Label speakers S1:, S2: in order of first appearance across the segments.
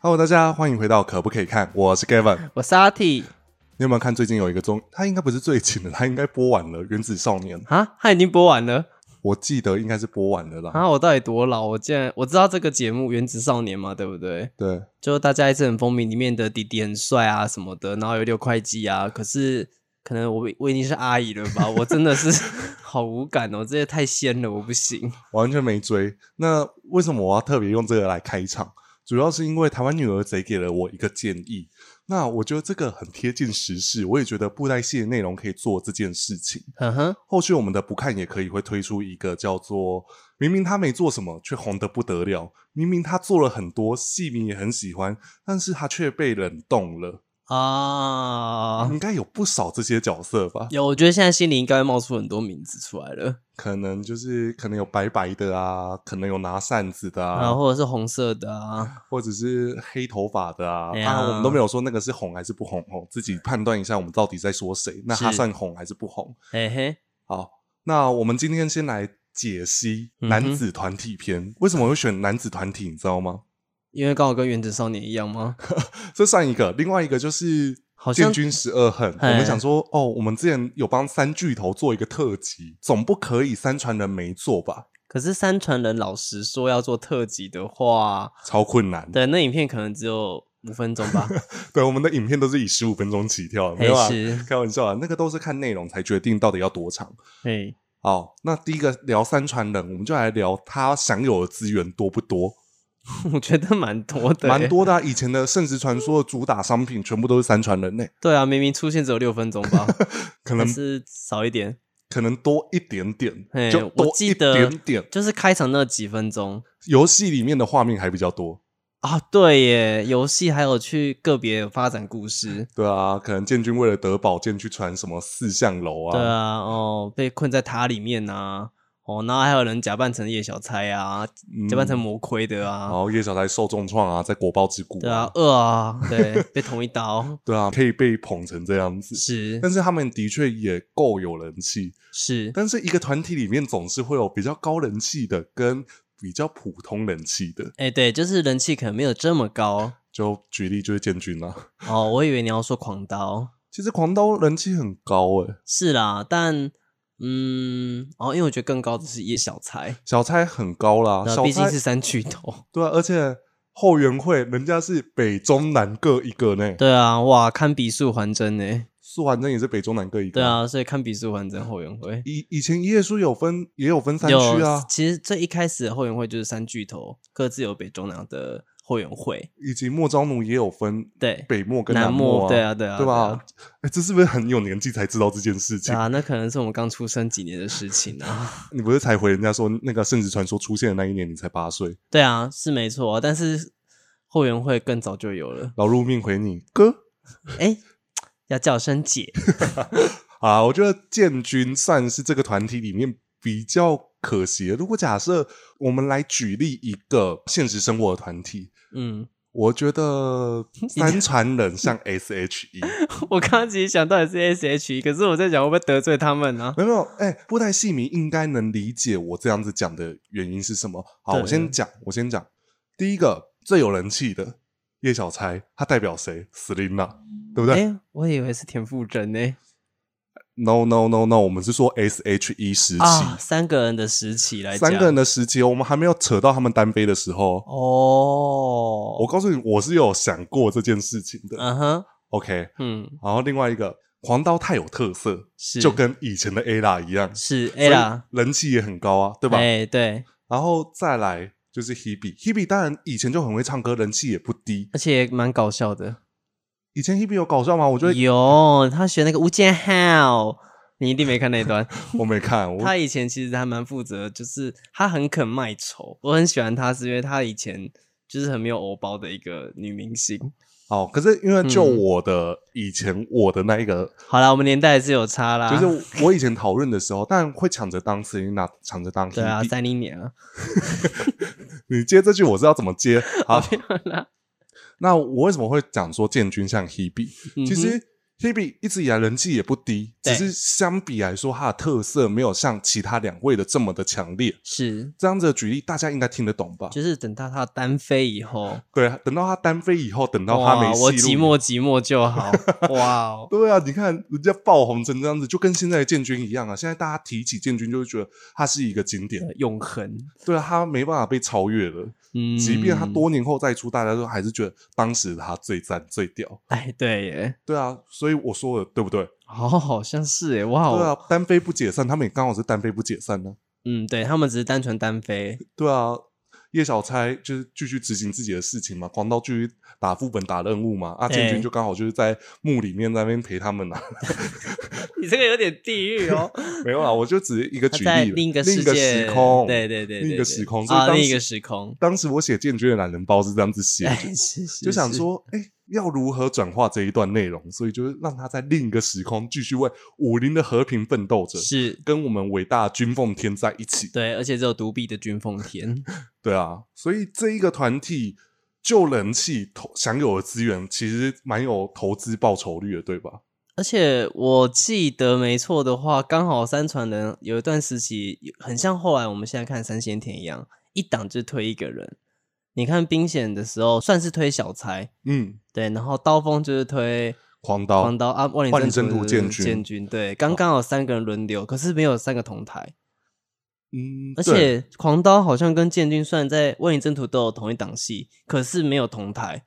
S1: Hello，大家欢迎回到可不可以看？我是 Gavin。
S2: 我是阿 T
S1: 你有没有看最近有一个综？它应该不是最近的，它应该播完了《原子少年》，
S2: 啊，他已经播完了
S1: 我记得应该是播完了啦。
S2: 啊！我到底多老？我竟然我知道这个节目《原子少年》嘛，对不对？
S1: 对，
S2: 就大家一直很风靡，里面的弟弟很帅啊什么的，然后有六块肌啊。可是可能我我已经是阿姨了吧？我真的 是好无感哦，这些太仙了，我不行。
S1: 完全没追。那为什么我要特别用这个来开场？主要是因为台湾女儿贼给了我一个建议。那我觉得这个很贴近时事，我也觉得布袋戏的内容可以做这件事情。
S2: 嗯哼，
S1: 后续我们的不看也可以会推出一个叫做“明明他没做什么，却红得不得了；明明他做了很多，戏迷也很喜欢，但是他却被冷冻了。
S2: 啊，
S1: 应该有不少这些角色吧？
S2: 有，我觉得现在心里应该会冒出很多名字出来了，
S1: 可能就是可能有白白的啊，可能有拿扇子的
S2: 然
S1: 啊，
S2: 后或者是红色的啊，
S1: 或者是黑头发的啊。
S2: 哎
S1: 当
S2: 呀
S1: 然，我们都没有说那个是红还是不红哦，自己判断一下我们到底在说谁。那他
S2: 是
S1: 算红还是不红？
S2: 嘿嘿，
S1: 好，那我们今天先来解析
S2: 嗯哼
S1: 男子团体篇。为什么我会选男子团体？你知道吗？
S2: 因为刚好跟原子少年一样吗？
S1: 这算一个，另外一个就是
S2: 好像
S1: 建军十二恨。我
S2: 哎
S1: 们想说，哦，我们之前有帮三巨头做一个特辑，总不可以三传人没做吧？
S2: 可是三传人老实说要做特辑的话，
S1: 超困难。
S2: 对，那影片可能只有五分钟吧。
S1: 对，我们的影片都是以十五分钟起跳， 没
S2: 嘿
S1: 有啊，
S2: 是
S1: 开玩笑啊，那个都是看内容才决定到底要多长。
S2: 嘿，
S1: 好，那第一个聊三传人，我们就来聊他享有的资源多不多，
S2: 我觉得蛮多的、欸
S1: 蛮。多的、啊。以前的《圣职传说》的主打商品全部都是三传人呢、欸
S2: 对啊，明明出现只有六分钟吧，
S1: 可
S2: 还
S1: 能
S2: 是少一点。
S1: 可能多一点点，
S2: 嘿
S1: 就
S2: 我
S1: 多一
S2: 记得
S1: 点点。
S2: 就是开场那几分钟
S1: 游戏里面的画面还比较多，
S2: 啊，对耶，游戏还有去个别发展故事。
S1: 对啊，可能建军为了得宝剑去传什么四象楼
S2: 对
S1: 啊，
S2: 啊，哦，被困在塔里面啊，哦，然后还有人假扮成叶小钗啊，
S1: 嗯哦
S2: 假扮成魔盔的啊，
S1: 然后叶小钗受重创啊，在国报之谷
S2: 对啊，，饿啊，对，被捅一刀，
S1: 对啊，可以被捧成这样子。
S2: 是
S1: 但是他们的确也够有人气，
S2: 是，
S1: 但是一个团体里面总是会有比较高人气的跟比较普通人气的。
S2: 哎、对，就是人气可能没有这么高。
S1: 就举例就是建军啦、啊
S2: 哦，我以为你要说狂刀。
S1: 其实狂刀人气很高欸诶、
S2: 是啦，但嗯，哦，因为我觉得更高的是叶小钗，
S1: 小钗很高啦，
S2: 那
S1: 小
S2: 啊毕竟
S1: 钗
S2: 是三巨 头。
S1: 对啊，而且后援会人家是北中南各一个呢，
S2: 对啊，哇，堪比素还真呢。
S1: 苏环真也是北中南各一个。
S2: 对，啊，所以堪比素还真后援会
S1: 以以前一页书有分，也有分三
S2: 有
S1: 区啊，
S2: 其实最一开始的后援会就是三巨头，各自有北中南的后援会。
S1: 以及莫昭奴也有分
S2: 对，
S1: 北漠跟
S2: 南
S1: 漠
S2: 对啊，对啊，
S1: 对吧
S2: 啊？？
S1: 哎，这是不是很有年纪才知道这件事情
S2: 对？啊，那可能是我们刚出生几年的事情啊。
S1: 你不是才回人家说那个圣职传说出现的那一年你才八岁，
S2: 对啊，是没错啊，但是后援会更早就有了。
S1: 老入命回你哥
S2: 哎，要叫声姐。
S1: 啊！我觉得建军算是这个团体里面比较可惜的。如果假设我们来举例一个现实生活的团体，
S2: 嗯，
S1: 我觉 得三传人像 E S.H.E，
S2: 我刚刚其实想到底是 S H E，可是我在想会不会得罪他们呢、
S1: 没有没有，哎、布袋戏迷应该能理解我这样子讲的原因是什么。好，
S2: 对
S1: 我先讲，我先讲。第一个最有人气的叶小钗，她代表谁？Selina，对不
S2: 哎、
S1: 对、
S2: 我以为是田馥甄呢、
S1: n o No No No，我们是说 S.H.E 时期，
S2: 啊，三个人的时期来讲，
S1: 三个人的时期哦，我们还没有扯到他们单飞的时候。
S2: 哦，
S1: 我告诉你，我是有想过这件事情的。
S2: 嗯哼，
S1: OK，
S2: 嗯，
S1: 然后另外一个黄刀太有特色，
S2: 是
S1: 就跟以前的 Ella 一样，
S2: 是 A 啦，
S1: 人气也很高啊，对
S2: 对
S1: 吧？
S2: 哎、对，
S1: 然后再来就是 Hebe，Hebe 当然以前就很会唱歌，人气也不低。
S2: 而且也蛮搞笑的。
S1: 以前 Hebe 有搞笑吗？我觉得
S2: 有他学那个吴建豪，你一定没看那一段。
S1: 我没看， 我
S2: 他以前其实还蛮负责，就是他很肯卖丑，我很喜欢他，是因为他以前就是很没有偶包的一个女明星。
S1: 哦，可是因为就
S2: 嗯
S1: 我的、以前我的那一个，
S2: 好啦，我们年代还是有差啦，
S1: 就是我以前讨论的时候，但会抢着当 Selina，抢着当
S2: 对啊，
S1: Hebe。
S2: 三零年啊，
S1: 你接这句我知道怎么 接。好，
S2: 哦啦
S1: 那我为什么会讲说建军像 Hebe？、
S2: 嗯哼
S1: 其实 Hebe 一直以来人气也不低，只
S2: 对
S1: 是相比来说，它的特色没有像其他两位的这么的强烈。
S2: 是，
S1: 这样子的举例，大家应该听得懂吧？
S2: 就是等到他单飞以后，
S1: 对，等到他单飞以后，等到他
S2: 哇，
S1: 没
S2: 我
S1: 戏
S2: 寂
S1: 路，
S2: 寞寂寞 就好，哇哦，
S1: 对啊，你看人家爆红成这样子，就跟现在的建军一样啊。现在大家提起建军，就会觉得他是一个经典，
S2: 永恒，
S1: 对啊，他没办法被超越了。
S2: 嗯，
S1: 即便他，多年后再出，大家都还是觉得当时他最赞最屌。
S2: 哎，对耶，
S1: 对啊，所以我说的对不对？
S2: 哦，好像是耶，哇、哦，
S1: 对啊，单飞不解散，他们也刚好是单飞不解散呢、
S2: 嗯，对他们只是单纯单飞，
S1: 对啊，叶小钗就是继续执行自己的事情嘛，狂刀继续打副本打任务嘛，啊，建军就刚好就是在墓里面那边陪他们啦、 啊
S2: 你这个有点地 狱哦，
S1: 没有啦，我就只是一个
S2: 他
S1: 举
S2: 在
S1: 例，
S2: 另一个
S1: 另
S2: 世
S1: 一个
S2: 界，
S1: 时空，
S2: 对对对，
S1: 另一
S2: 对
S1: 个
S2: 对
S1: 时空所以
S2: 啊，
S1: 当
S2: 另一
S1: 时
S2: 个时空，
S1: 当时我写建军的懒人包是这样子写的，
S2: 哎，是是
S1: 就想
S2: 是
S1: 说，哎、要如何转化这一段内容？所以就是让他在另一个时空继续为武林的和平奋斗着，
S2: 是，
S1: 跟我们伟大的军奉天在一起。
S2: 对，而且只有独臂的军奉天，
S1: 对啊，所以这一个团体就人气投享有的资源，其实蛮有投资报酬率的，对吧？
S2: 而且我记得没错的话，刚好三传人有一段时期，很像后来我们现在看三仙田一样，一档就推一个人。你看冰险的时候，算是推小才，
S1: 嗯，
S2: 对，然后刀锋就是推
S1: 狂刀，
S2: 黄刀啊，万
S1: 哦万
S2: 里
S1: 里征途
S2: 建
S1: 建军哦
S2: 建军，对，刚刚好三个人轮流，可是没有三个同台，
S1: 嗯，
S2: 而
S1: 对
S2: 且狂刀好像跟建军虽然在万里征途都有同一档戏，可是没有同台。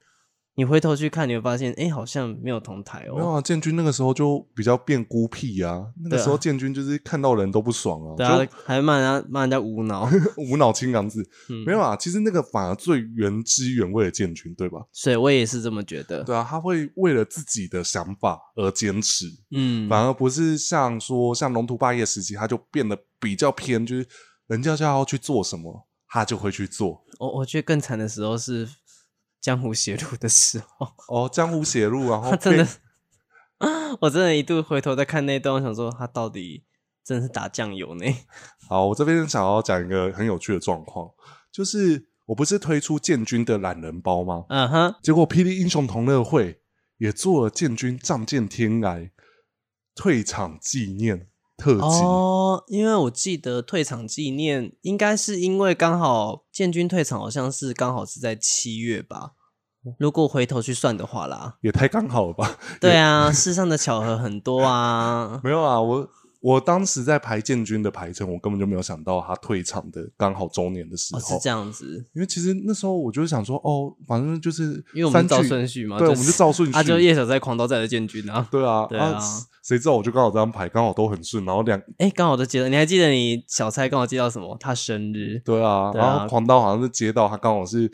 S2: 你回头去看，你会发现，哎、好像没有同台
S1: 没有
S2: 哦。
S1: 啊，建军那个时候就比较变孤僻啊，那个
S2: 对啊
S1: 时候建军就是看到人都不爽啊，
S2: 对啊
S1: 就，
S2: 还骂人家骂人家无脑，
S1: 无脑青郎子。
S2: 嗯
S1: 没有啊，其实那个反而最原汁原味的建军，对吧？
S2: 所以我也是这么觉得。
S1: 对啊，他会为了自己的想法而坚持，
S2: 嗯，
S1: 反而不是像说像龙图霸业时期，他就变得比较偏，就是人家叫他要去做什么，他就会去做。
S2: 我我觉得更惨的时候是江湖邪路的时候，
S1: 哦，江湖写 入，然后
S2: 他真的
S1: 被，
S2: 我真的一度回头在看那段，我想说他到底真的是打酱油呢？
S1: 好，我这边想要讲一个很有趣的状况，就是我不是推出建军的懒人包吗？
S2: 嗯哼，
S1: 结果霹雳英雄同乐会也做了建军仗剑天涯退场纪念特辑。
S2: 哦，因为我记得退场纪念应该是因为刚好建军退场，好像是刚好是在七月吧。如果回头去算的话啦，
S1: 哦也太刚好了吧？。
S2: 对啊，世上的巧合很多 啊
S1: 没有啊，我我当时在排建军的排程，我根本就没有想到他退场的刚好周年的时
S2: 哦，
S1: 候。
S2: 是这样子，
S1: 因为其实那时候我就是想说，哦，反正就是三
S2: 因为我们
S1: 剧
S2: 照顺序嘛
S1: 对，
S2: 就
S1: 我
S2: 是
S1: 们就照顺序。
S2: 啊，就叶小在狂刀在的建军啊。
S1: 对啊，
S2: 对啊
S1: 谁知道我就刚好这样排，刚好都很顺，然后两
S2: 哎，刚好都接到，你还记得你小蔡刚好接到什么？他生日，
S1: 对啊，
S2: 对啊
S1: 然后狂刀好像是接到他刚好是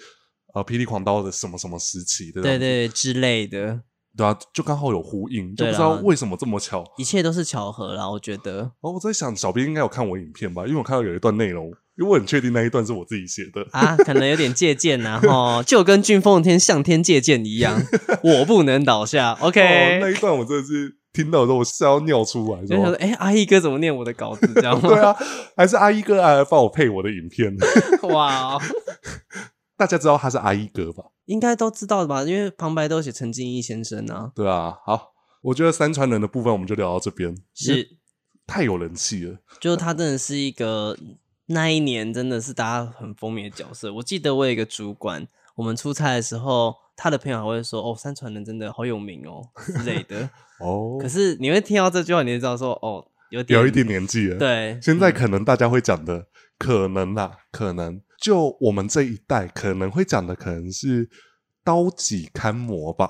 S1: 呃霹雳狂刀的什么什么时期的，
S2: 对对之类的，
S1: 对啊，就刚好有呼应，就
S2: 对啊
S1: 不
S2: 啦
S1: 知道为什么这么巧。
S2: 一切都是巧合啦，我觉得。
S1: 然后我在想，小编应该有看我影片吧，因为我看到有一段内容，因为我很确定那一段是我自己写的。
S2: 啊，可能有点借鉴呐、啊，吼，就跟俊奉天向天借鉴一 样，我不能倒下。
S1: 哦，那
S2: OK，、
S1: 一段我真的是听到的时候，我是要尿出来，
S2: 就是想说，
S1: 吧？
S2: 哎、阿义哥怎么念我的稿子这样
S1: 对
S2: 吗？
S1: 啊，还是阿一哥来帮我配我的影片。
S2: 哇、哦，
S1: 大家知道他是阿一哥吧？
S2: 应该都知道的吧？因为旁白都写陈金一先生啊，
S1: 对啊，好，我觉得三传人的部分我们就聊到这边，因为
S2: 是，
S1: 太有人气了。
S2: 就是他真的是一个那一年真的是大家很风靡的角色。我记得我有一个主管，我们出差的时候，他的朋友还会说：“哦，三传人真的好有名哦之类 的。
S1: 哦”
S2: 可，是你会听到这句话，你就知道说：“哦，有点
S1: 有一点年纪了。，
S2: 对。”
S1: 现在可能大家会讲的，可能啦，可能就我们这一代可能会讲的，可能是刀戟勘魔吧。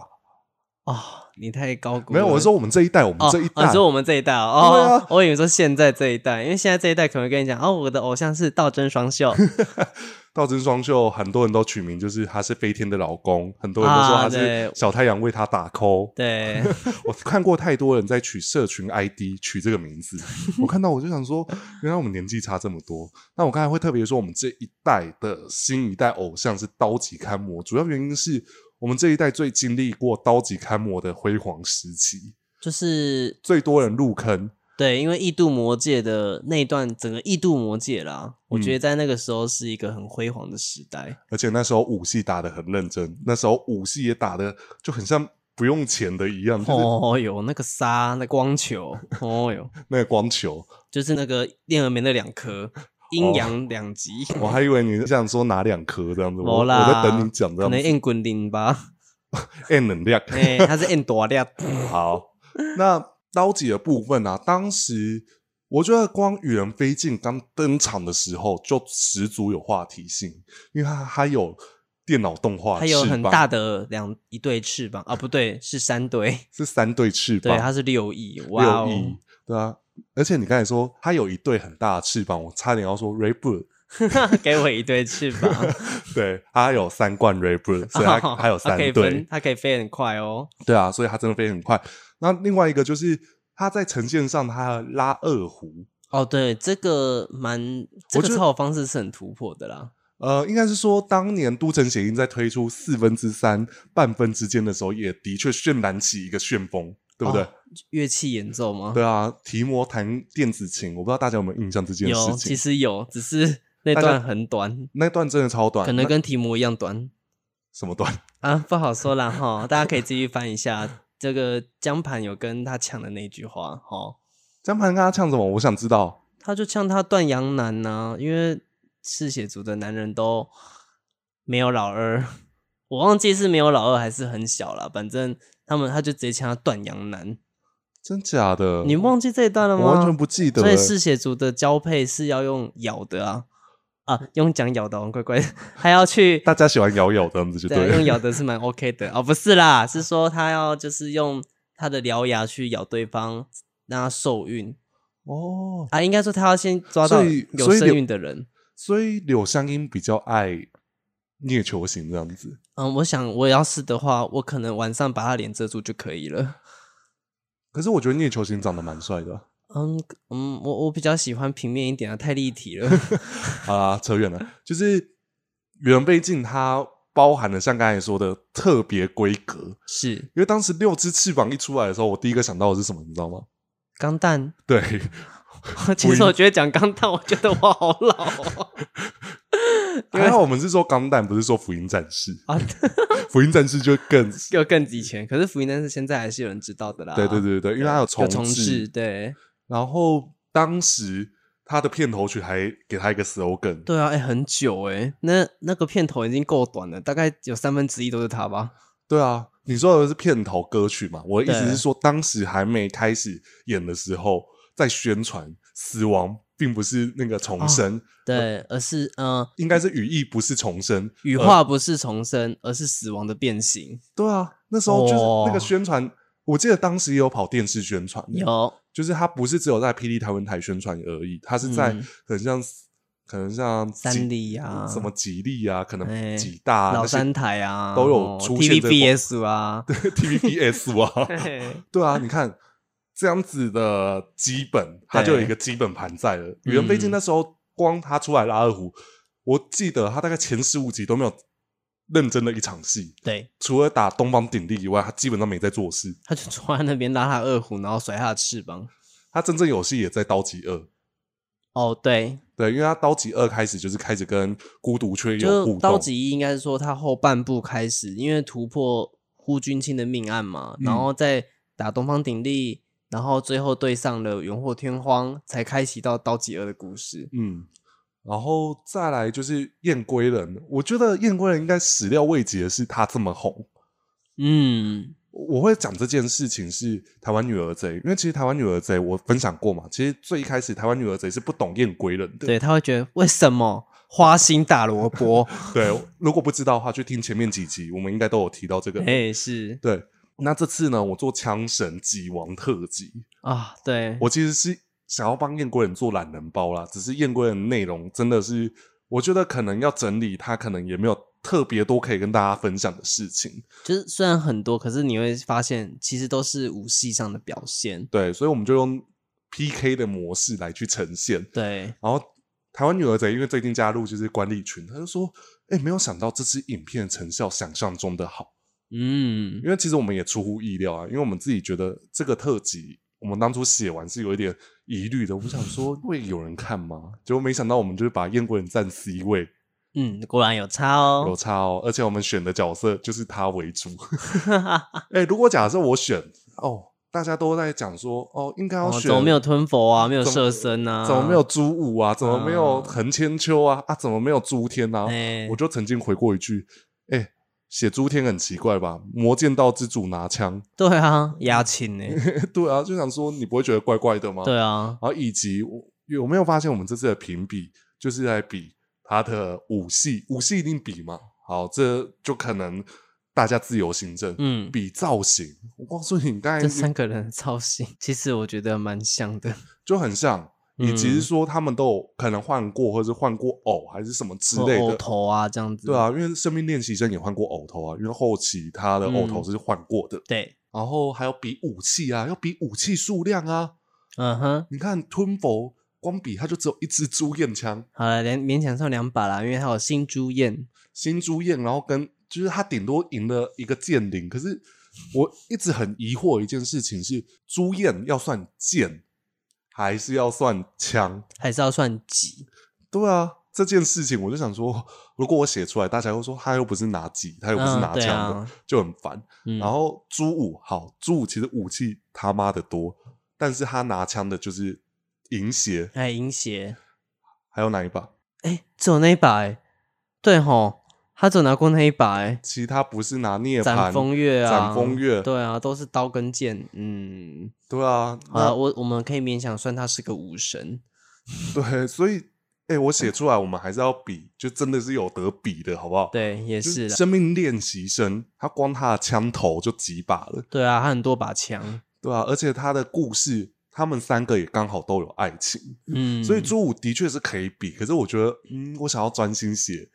S2: 哦，你太高估
S1: 没
S2: 了。
S1: 有，我是说我们这一代，我们
S2: 哦，
S1: 这一
S2: 哦
S1: 代
S2: 你，说我们这一代哦，
S1: 对
S2: 哦
S1: 啊
S2: 我以为说现在这一代，因为现在这一代可能会跟你讲哦，我的偶像是道真双秀
S1: 道真双秀，很多人都取名就是他是飞天的老公，很多人都说
S2: 啊
S1: 他是
S2: 对
S1: 小太阳为他打 call。
S2: 对，
S1: 我看过太多人在取社群 ID 取这个名字，我看到我就想说，原来我们年纪差这么多。那我刚才会特别说，我们这一代的新一代偶像是刀戟勘魔，主要原因是我们这一代最经历过刀戟勘魔的辉煌时期，
S2: 就是
S1: 最多人入坑。
S2: 对，因为《异度魔界》的那一段，整个《异度魔界》啦，我
S1: 嗯
S2: 觉得在那个时候是一个很辉煌的时代。
S1: 而且那时候武戏打得很认真，那时候武戏也打得就很像不用钱的一样，就是
S2: 哦哟，那个沙，那光球，哦哟，
S1: 那个光球。
S2: 就是那个练耳棉的两颗，阴阳两极。
S1: 哦我还以为你是想说哪两颗这样子，我
S2: 没
S1: 我
S2: 啦，
S1: 在等你讲这
S2: 可
S1: 样
S2: 能
S1: 子。
S2: 按滚铃吧。
S1: 按能量，
S2: 哎、它是按大量。
S1: 好，那刀姐的部分啊，当时我觉得光羽人飞进刚登场的时候就十足有话题性，因为它它有电脑动画，
S2: 它有很大，的两一对翅膀啊，不对，是三对，
S1: 是三对翅
S2: 对，
S1: 膀，
S2: 它是六翼，哇
S1: 六
S2: 哦，
S1: 翼，对啊。而且你刚才说它有一对很大的翅膀，我差点要说 Reboot，
S2: 给我一对翅膀，
S1: 对，它有三冠 Reboot，所以它它有三
S2: 哦它可以
S1: 对
S2: 分，，它可以飞很快哦，
S1: 对啊，所以它真的飞很快。那另外一个就是它在呈现上，它拉二胡，
S2: 哦，对，这个蛮这
S1: 我
S2: 个
S1: 觉得
S2: 操方式是很突破的啦，
S1: 呃，应该是说，当年都城血印在推出四分之三、半分之间的时候，也的确渲染起一个旋风，对不对？
S2: 哦乐器演奏吗？
S1: 对啊，提摩弹电子琴，我不知道大家有没有印象这件
S2: 有，
S1: 事
S2: 其
S1: 情。
S2: 实有，只是那
S1: 大家
S2: 段很短，
S1: 那段真的超短，
S2: 可能
S1: 那
S2: 跟提摩一样短
S1: 什么段？
S2: 啊，不好说啦哈，大家可以自己翻一下。这个江盘有跟他抢的那句话，哈，
S1: 江盘跟他唱什么？我想知道。
S2: 他就呛他断阳男呐、因为嗜血族的男人都没有老二，我忘记是没有老二还是很小了，反正他们他就直接呛他断阳男。
S1: 真假的？
S2: 你忘记这一段了
S1: 我
S2: 吗？
S1: 完全不记得、
S2: 所以
S1: 欸。
S2: 嗜血族的交配是要用咬的啊啊，用讲咬的、哦，乖乖，还要去
S1: 大家喜欢咬咬这样子就
S2: 对啊，
S1: 对了。
S2: 用咬的是蛮 OK 的哦，不是啦，是说他要就是用他的獠牙去咬对方，让他受孕
S1: 哦，
S2: 啊，应该说他要先抓到
S1: 所以
S2: 有
S1: 所以
S2: 身
S1: 柳
S2: 孕的人。
S1: 所以柳湘英比较爱虐球型这样子。
S2: 嗯，我想我要是的话，我可能晚上把他脸遮住就可以了。
S1: 可是我觉得虐球型长得蛮帅的。
S2: 嗯嗯，我我比较喜欢平面一点啊，太立体了。
S1: 好啦，扯远了，就是原倍镜它包含了像刚才说的特别规格，
S2: 是
S1: 因为当时六只翅膀一出来的时候，我第一个想到的是什么，你知道吗？
S2: 钢弹，
S1: 对，
S2: 其实我觉得讲钢弹，我觉得我好老哦、 因为
S1: 还好我们是说钢弹，不是说福音战士，
S2: 啊，
S1: 福音战士就 更
S2: 又更以前。可是福音但是现在还是有人知道的啦。
S1: 对对对对，因为它有重
S2: 啊有重置，对
S1: 然后当时它的片头曲还给它一个 slogan，
S2: 对啊，哎、很久哎、那那个片头已经够短了，大概有三分之一都是他吧。
S1: 对啊，你说的是片头歌曲嘛？我的意思
S2: 对
S1: 是说，当时还没开始演的时候，在宣传死亡并不是那个重
S2: 啊
S1: 生，
S2: 对，而是呃，
S1: 应该是语义不是重生。
S2: 羽化不是重生，而是死亡的变形。
S1: 对啊，那时候就是
S2: 哦
S1: 那个宣传，我记得当时也有跑电视宣传的，
S2: 有
S1: 就是它不是只有在霹雳台湾台宣传而已，它是在
S2: 嗯
S1: 很像。可能像吉
S2: 三立啊
S1: 什么吉利啊，可
S2: 哎
S1: 能几大啊、
S2: 老
S1: 那些
S2: 三台啊，
S1: 都有
S2: 哦
S1: 出现这个
S2: TVBS 啊，
S1: TVBS 啊，
S2: 嘿
S1: 对啊，你看这样子的基本，它就有一个基本盘在
S2: 嗯
S1: 了。宇人飞进那时候光他出来拉二胡，我记得他大概前十五集都没有认真的一场戏，
S2: 对，
S1: 除了打东方鼎立以外，他基本上没在做事。
S2: 他就坐在那边拉他二胡，然后甩他的翅膀。
S1: 他真正有戏也在刀戟二，
S2: 哦，对，
S1: 对，因为他刀戟二开始就是开始跟孤独雀有互
S2: 就
S1: 动，
S2: 刀戟一应该是说他后半部开始，因为突破呼君清的命案嘛，
S1: 嗯
S2: 然后再打东方鼎立，然后最后对上了元祸天荒，才开启到刀戟二的故事。
S1: 嗯。然后再来就是燕归人，我觉得燕归人应该始料未及的是他这么红，
S2: 嗯，
S1: 我会讲这件事情是台湾女儿贼，因为其实台湾女儿贼我分享过嘛，其实最一开始台湾女儿贼是不懂燕归人的。
S2: 对，他会觉得为什么花心大萝卜？
S1: 对，如果不知道的话，去听前面几集，我们应该都有提到这个。
S2: 哎，是
S1: 对，那这次呢，我做枪神戟王特辑，
S2: 啊，对，
S1: 我其实是想要帮燕归人做懒人包啦，只是燕归人内容真的是，我觉得可能要整理，他可能也没有特别多可以跟大家分享的事情。
S2: 就是虽然很多，可是你会发现其实都是武戏上的表现。
S1: 对，所以我们就用 PK 的模式来去呈现。
S2: 对，
S1: 然后台湾女儿贼因为最近加入就是管理群，他就说：“哎、没有想到这支影片成效想象中的好，
S2: 嗯，
S1: 因为其实我们也出乎意料啊，因为我们自己觉得这个特辑。”我们当初写完是有一点疑虑的，我们想说会有人看吗？结果没想到我们就是把燕国人占 C 位，
S2: 嗯，果然有差哦。
S1: 有差哦，而且我们选的角色就是他为 主。哎、如果假设我选哦，大家都在讲说哦，应该要
S2: 哦，
S1: 选、
S2: 怎么没有吞佛啊？没有
S1: 怎么
S2: 射身啊？
S1: 怎么没有？朱武啊？怎么没有
S2: 嗯
S1: 横千秋啊？啊，怎么没有朱天啊？
S2: 哎、
S1: 我就曾经回过一句，哎、写朱天很奇怪吧？魔剑道之主拿枪，
S2: 对啊，压青呢？
S1: 对啊，就想说你不会觉得怪怪的吗？
S2: 对啊，
S1: 然后以及我有没有发现我们这次的评比就是在比他的武戏，武戏一定比嘛？好，这就可能大家自由行政，
S2: 嗯，
S1: 比造型。我告诉你，你刚
S2: 这
S1: 才
S2: 三个人的造型其实我觉得蛮像的。
S1: 就很像， 以及
S2: 嗯
S1: 是说他们都有可能换过，或者是换过偶还是什么之类
S2: 或
S1: 的
S2: 偶。头啊，这样子。
S1: 对啊，，因为生命练习生也换过偶头啊，因为后期他的偶头
S2: 嗯
S1: 是换过的。
S2: 对，
S1: 然后还有比武器啊，要比武器数量啊。
S2: 嗯哼，
S1: 你看吞佛光比他就只有一支猪焰枪，
S2: 好了，勉勉强算两把啦，因为还有新朱燕，
S1: 新朱燕，然后跟就是他顶多赢了一个剑灵，可是我一直很疑惑一件事情是，朱燕要算剑还是要算枪？
S2: 还是要算几？
S1: 对啊，这件事情我就想说，如果我写出来，大家会说他又不是拿戟，他又不是
S2: 嗯
S1: 拿
S2: 对
S1: 枪的，
S2: 啊
S1: 就很烦。
S2: 嗯，
S1: 然后朱武好，朱武其实武器他妈的多，但是他拿枪的就是银鞋，
S2: 哎，银鞋，
S1: 还有哪一把？
S2: 哎，只有那一把、欸，对吼，他只有拿过那一把、欸，
S1: 其他不是拿涅
S2: 斩
S1: 盘、
S2: 风月啊，
S1: 斩风月
S2: 对啊，都是刀跟剑，嗯，
S1: 对啊，
S2: 好
S1: 那
S2: 了，我我们可以勉强算他是个武神，
S1: 对，所以，哎、我写出来，我们还是要比，就真的是有得比的，好不好？，
S2: 对，也是啦，
S1: 生命练习生，他光他的枪头就几把了，
S2: 对啊，他很多把枪，
S1: 对啊，而且他的故事，他们三个也刚好都有爱情，
S2: 嗯，
S1: 所以朱武的确是可以比。可是我觉得，嗯，我想要专心写，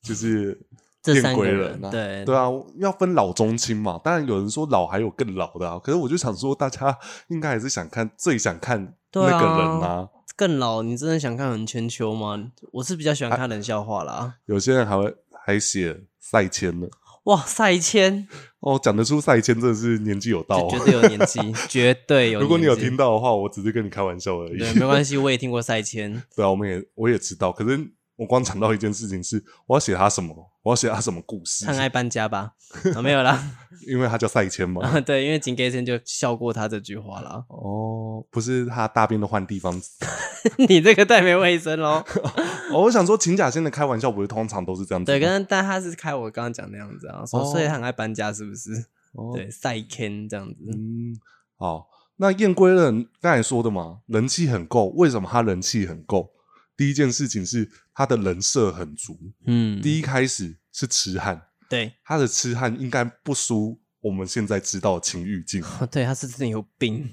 S1: 就是
S2: 这
S1: 变
S2: 三个
S1: 鬼
S2: 人，
S1: 啊。
S2: 对
S1: 对啊，要分老中青嘛。当然有人说老还有更老的啊，可是我就想说，大家应该还是想看最想看那
S2: 对啊
S1: 个人啊。
S2: 更老，你真的想看很千秋吗？我是比较喜
S1: 啊
S2: 欢看冷笑话啦。
S1: 有些人还会还写赛谦呢。
S2: 哇，赛谦
S1: 哦，讲得出赛谦真的是年纪有到哦
S2: 就。 绝对有年纪，绝对有年纪。
S1: 啊如果你有听到的话，我只是跟你开玩笑而已。
S2: 对，没关系，我也听过赛谦。
S1: 对啊，我们也我也知道，可是我光想到一件事情是，我要写他什么，我要写他什么故事，
S2: 看爱搬家吧，啊、没 有啦。
S1: 因为他叫赛谦嘛。
S2: 啊 对，因为井盖森就笑过他这句话啦。
S1: 哦，不是他大便都换地方。
S2: 你这个太没卫生喽。
S1: 哦，我想说秦假仙的开玩笑不是通常都是这样子吗？
S2: 对，跟但他是开我刚刚讲那样子啊，说、
S1: 哦
S2: 所以他很爱搬家，是不是？
S1: 哦
S2: 对，赛谦这样子。
S1: 嗯，好，那燕归人刚才说的嘛，人气很够，为什么他人气很够？第一件事情是他的人设很足，
S2: 嗯，
S1: 第一开始是痴汉，
S2: 对，
S1: 他的痴汉应该不输我们现在知道的秦玉镜，
S2: 对，他是真的有病，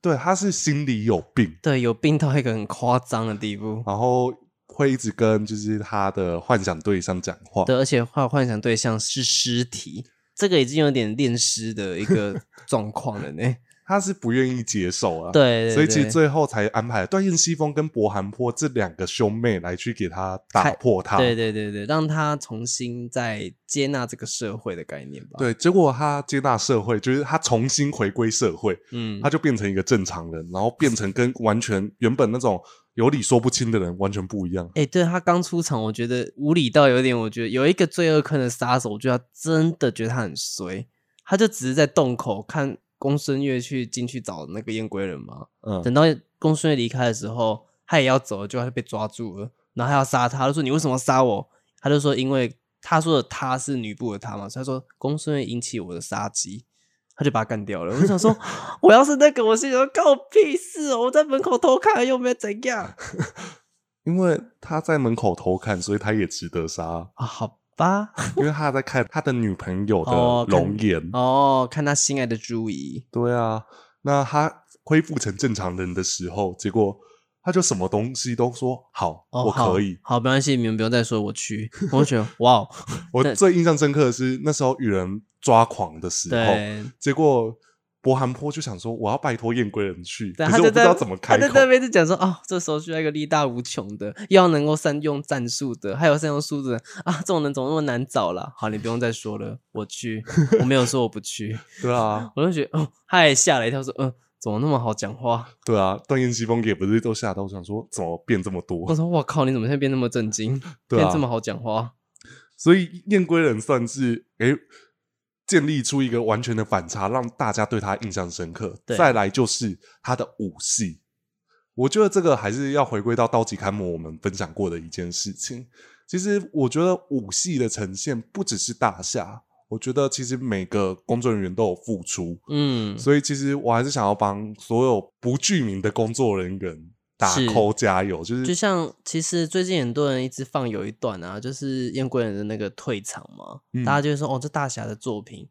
S1: 对，他是心里有病，
S2: 对，有病到一个很夸张的地步。
S1: 然后会一直跟就是他的幻想对象讲话，
S2: 对，而且幻幻想对象是尸体，这个已经有点恋尸的一 个状况了呢。
S1: 他是不愿意接受啊，
S2: 对对
S1: 所以其实
S2: 对
S1: 最后才安排段燕西风跟薄寒坡这两个兄妹来去给他打
S2: 开
S1: 破他，
S2: 对对对对，让他重新再接纳这个社会的概念吧。，
S1: 对，结果他接纳社会，就是他重新回归社会，
S2: 嗯
S1: 他，就变成一个正常人，然后变成跟完全原本那种有理说不清的人完全不一样。
S2: 哎、对他刚出场，我觉得无理到有点，我觉得有一个罪恶坑的杀手，我觉得他真的觉得他很衰，他就只是在洞口看公孙越去进去找那个燕归人嘛。
S1: 嗯，
S2: 等到公孙越离开的时候，他也要走了，就他被抓住了，然后他要杀他，他就说你为什么要杀我？他就说因为他说的他是女部的他嘛，所以他说公孙越引起我的杀机，他就把他干掉了。我就想说， 我要是那个，我心里说干我屁事哦，我在门口偷看又没怎样，
S1: 因为他在门口偷看，所以他也值得杀
S2: 啊，好吧，
S1: 因为他在看他的女朋友的
S2: 哦看
S1: 容颜。
S2: 哦，看他心爱的朱怡，
S1: 对啊，那他恢复成正常人的时候，结果他就什么东西都说好，
S2: 哦，
S1: 我
S2: 好
S1: 可以。
S2: 好，没关系，你们不用再说，我去，我就觉得哇哦，
S1: 我
S2: 对
S1: 最印象深刻的是那时候雨人抓狂的时候，
S2: 对，
S1: 结果博寒坡就想说，我要拜托燕归人去，
S2: 对，
S1: 可
S2: 他
S1: 是
S2: 就
S1: 我不
S2: 在
S1: 知道怎么开
S2: 他
S1: 口
S2: 就。在那边就讲说，哦，这时候需要一个力大无穷的，又要能够善用战术的，还有善用数字的啊，这种人怎么那么难找啦？好，你不用再说了，我去，我没有说我不去，
S1: 对啊，
S2: 我就觉得，哦，他也吓了一跳，说，嗯、怎么那么好讲话？
S1: 对啊，段燕西风格也不是都吓到，我想说怎么变这么
S2: 我
S1: 多？
S2: 说我靠，你怎么现在变那么震惊，
S1: 对
S2: 变
S1: 啊
S2: 这，么好讲话？
S1: 所以燕归人算是诶、建立出一个完全的反差，让大家对他印象深刻。
S2: 对
S1: 再来就是他的武戏，我觉得这个还是要回归到刀吉坎姆我们分享过的一件事情。其实我觉得武戏的呈现不只是大侠，我觉得其实每个工作人员都有付出，
S2: 嗯，
S1: 所以其实我还是想要帮所有不具名的工作人员打
S2: 是
S1: call 加油，就是
S2: 就像其实最近很多人一直放有一段啊，就是燕归人的那个退场嘛，
S1: 嗯
S2: 大家就会说哦，这大侠的作品，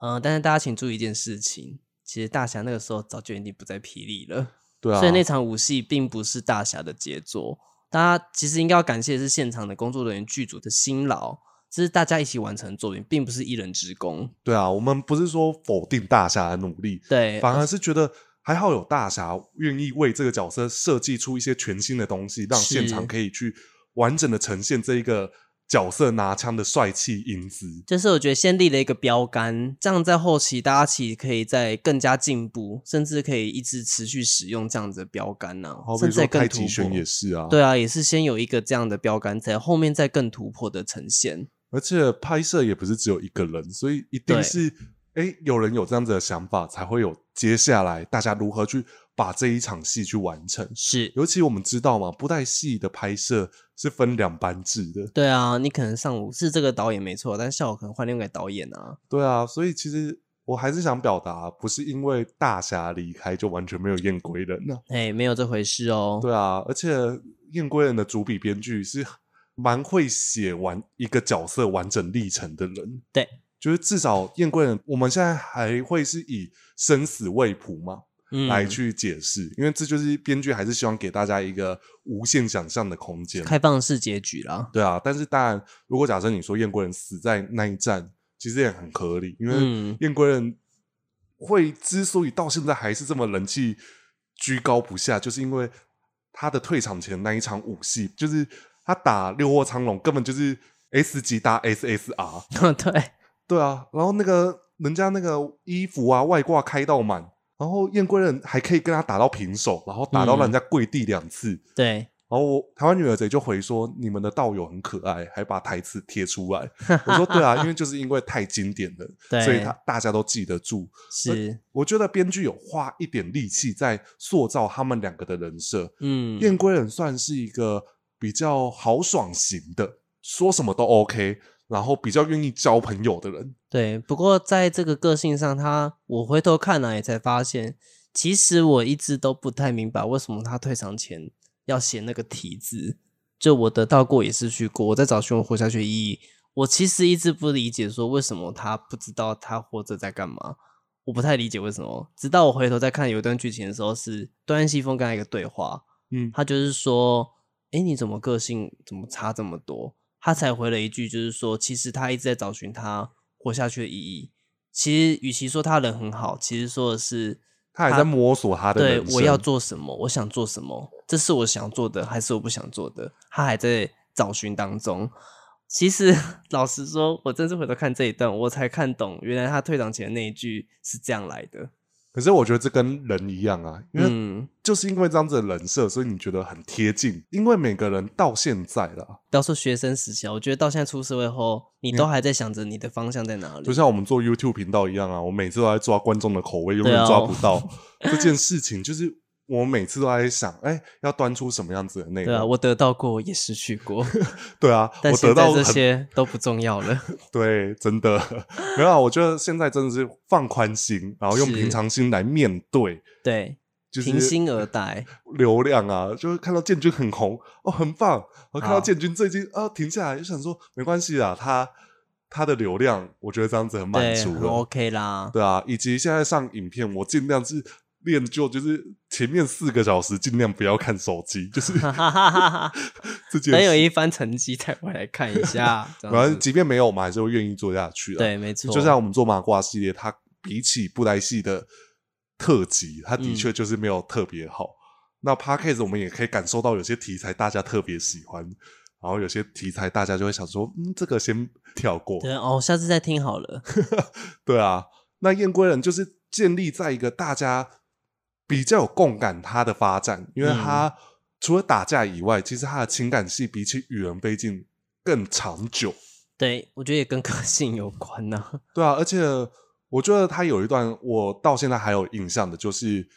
S2: 嗯、但是大家请注意一件事情，其实大侠那个时候早就已经不在霹雳了，
S1: 对啊，
S2: 所以那场舞戏并不是大侠的杰作。大家其实应该要感谢的是现场的工作人员、剧组的辛劳，这是大家一起完成的作品，并不是一人之功。
S1: 对啊，我们不是说否定大侠的努力，
S2: 对，
S1: 反而是觉得还好有大侠愿意为这个角色设计出一些全新的东西，让
S2: 是
S1: 现场可以去完整的呈现这一个角色拿枪的帅气英姿。
S2: 就是我觉得先立了一个标杆，这样在后期大家其实可以再更加进步，甚至可以一直持续使用这样子的标杆啊呢、
S1: 好
S2: 甚
S1: 比
S2: 至
S1: 说
S2: 更
S1: 太
S2: 突
S1: 极拳
S2: 破。
S1: 也是啊，
S2: 对啊，也是先有一个这样的标杆在，后面再更突破的呈现。
S1: 而且拍摄也不是只有一个人，所以一定
S2: 对
S1: 是诶有人有这样子的想法，才会有接下来大家如何去把这一场戏去完成。
S2: 是，
S1: 尤其我们知道嘛，布袋戏的拍摄是分两班制的，
S2: 对啊，你可能上午是这个导演没错，但下午可能换另外一个导演啊。
S1: 对啊，所以其实我还是想表达，不是因为大侠离开就完全没有燕归人呢、
S2: 哎，没有这回事哦。
S1: 对啊，而且燕归人的主笔编剧是蛮会写完一个角色完整历程的人。
S2: 对，
S1: 就是至少燕归人，我们现在还会是以生死未卜嘛
S2: 嗯，
S1: 来去解释，因为这就是编剧还是希望给大家一个无限想象的空间。
S2: 开放式结局啦。
S1: 对啊，但是当然，如果假设你说燕归人死在那一战，其实也很合理，因为
S2: 嗯
S1: 燕归人会之所以到现在还是这么人气居高不下，就是因为他的退场前那一场武戏，就是他打六卧苍龙根本就是 S 级打 SSR，
S2: 嗯 对，
S1: 对啊，然后那个人家那个衣服啊外挂开到满，然后燕归人还可以跟他打到平手，然后打到让人家跪地两次。
S2: 对，
S1: 然后我台湾女儿贼就回说：“你们的道友很可爱，还把台词贴出来。”我说：“对啊，因为就是因为太经典了，
S2: 对
S1: 所以他大家都记得住。
S2: 是，
S1: 我觉得编剧有花一点力气在塑造他们两个的人设。
S2: 嗯，
S1: 燕归人算是一个比较豪爽型的，说什么都 OK，然后比较愿意交朋友的人。
S2: 对，不过在这个个性上，他我回头看来也才发现，其实我一直都不太明白为什么他退场前要写那个题字。就我得到过，也失去过，我在找寻我活下去的意义。我其实一直不理解，说为什么他不知道他活着在干嘛。我不太理解为什么，直到我回头再看有一段剧情的时候是，段西风跟他一个对话，
S1: 嗯，
S2: 他就是说，哎，你怎么个性怎么差这么多？他才回了一句，就是说，其实他一直在找寻他活下去的意义。其实，与其说他人很好，其实说的是，
S1: 他还在摸索他的
S2: 对
S1: 人生。
S2: 我要做什么，我想做什么，这是我想做的，还是我不想做的？他还在找寻当中。其实， 老实说，我真是回头看这一段，我才看懂，原来他退场前的那一句是这样来的。
S1: 可是我觉得这跟人一样啊，因为
S2: 嗯，
S1: 就是因为这样子的人设，所以你觉得很贴近。因为每个人到现在了，
S2: 到时候学生时期啊，我觉得到现在出社会后，你都还在想着你的方向在哪里。
S1: 就像我们做 YouTube 频道一样啊，我每次都在抓观众的口味，永
S2: 对
S1: 远
S2: 啊
S1: 抓不到、这件事情。就是我每次都在想，哎、要端出什么样子的内容？
S2: 对啊，我得到过，我也失去 过，
S1: 对啊，
S2: 但
S1: 我
S2: 现
S1: 得
S2: 在
S1: 到
S2: 这
S1: 很
S2: 些都不重要 了。
S1: 对，真的 没有啊。我觉得现在真的是放宽心，然后用
S2: 是
S1: 平常心来面对，
S2: 对，
S1: 就是
S2: 平心而待。
S1: 流量啊，就是看到建军很红哦，很棒。我看到
S2: 好
S1: 建军最近啊停下来，就想说没关系啊，他他的流量，我觉得这样子很 满
S2: 对
S1: 足
S2: 很
S1: 了，
S2: ，OK 啦。
S1: 对啊。以及现在上影片，我尽量是练就，就是前面四个小时尽量不要看手机，就是
S2: 哈哈哈哈哈！
S1: 这件
S2: 等有
S1: 事。
S2: 一番成绩再回来看 一下。这样
S1: 反正
S2: 子
S1: 即便没有，我们还是会愿意做下去的。
S2: 对，没错，
S1: 啊就像我们做麻瓜系列，它比起布袋戏的特辑，它的
S2: 嗯
S1: 确就是没有特别好。那 p a c k a g e 我们也可以感受到有些题材大家特别喜欢，然后有些题材大家就会想说，嗯，这个先跳过。
S2: 对哦，下次再听好了。
S1: 对啊，那燕归人就是建立在一个大家比较有共感他的发展，因为他除了打架以外，其实他的情感戏比起与人非进更长久。
S2: 对，我觉得也跟个性有关呐、
S1: 对啊，而且我觉得他有一段我到现在还有印象的，就是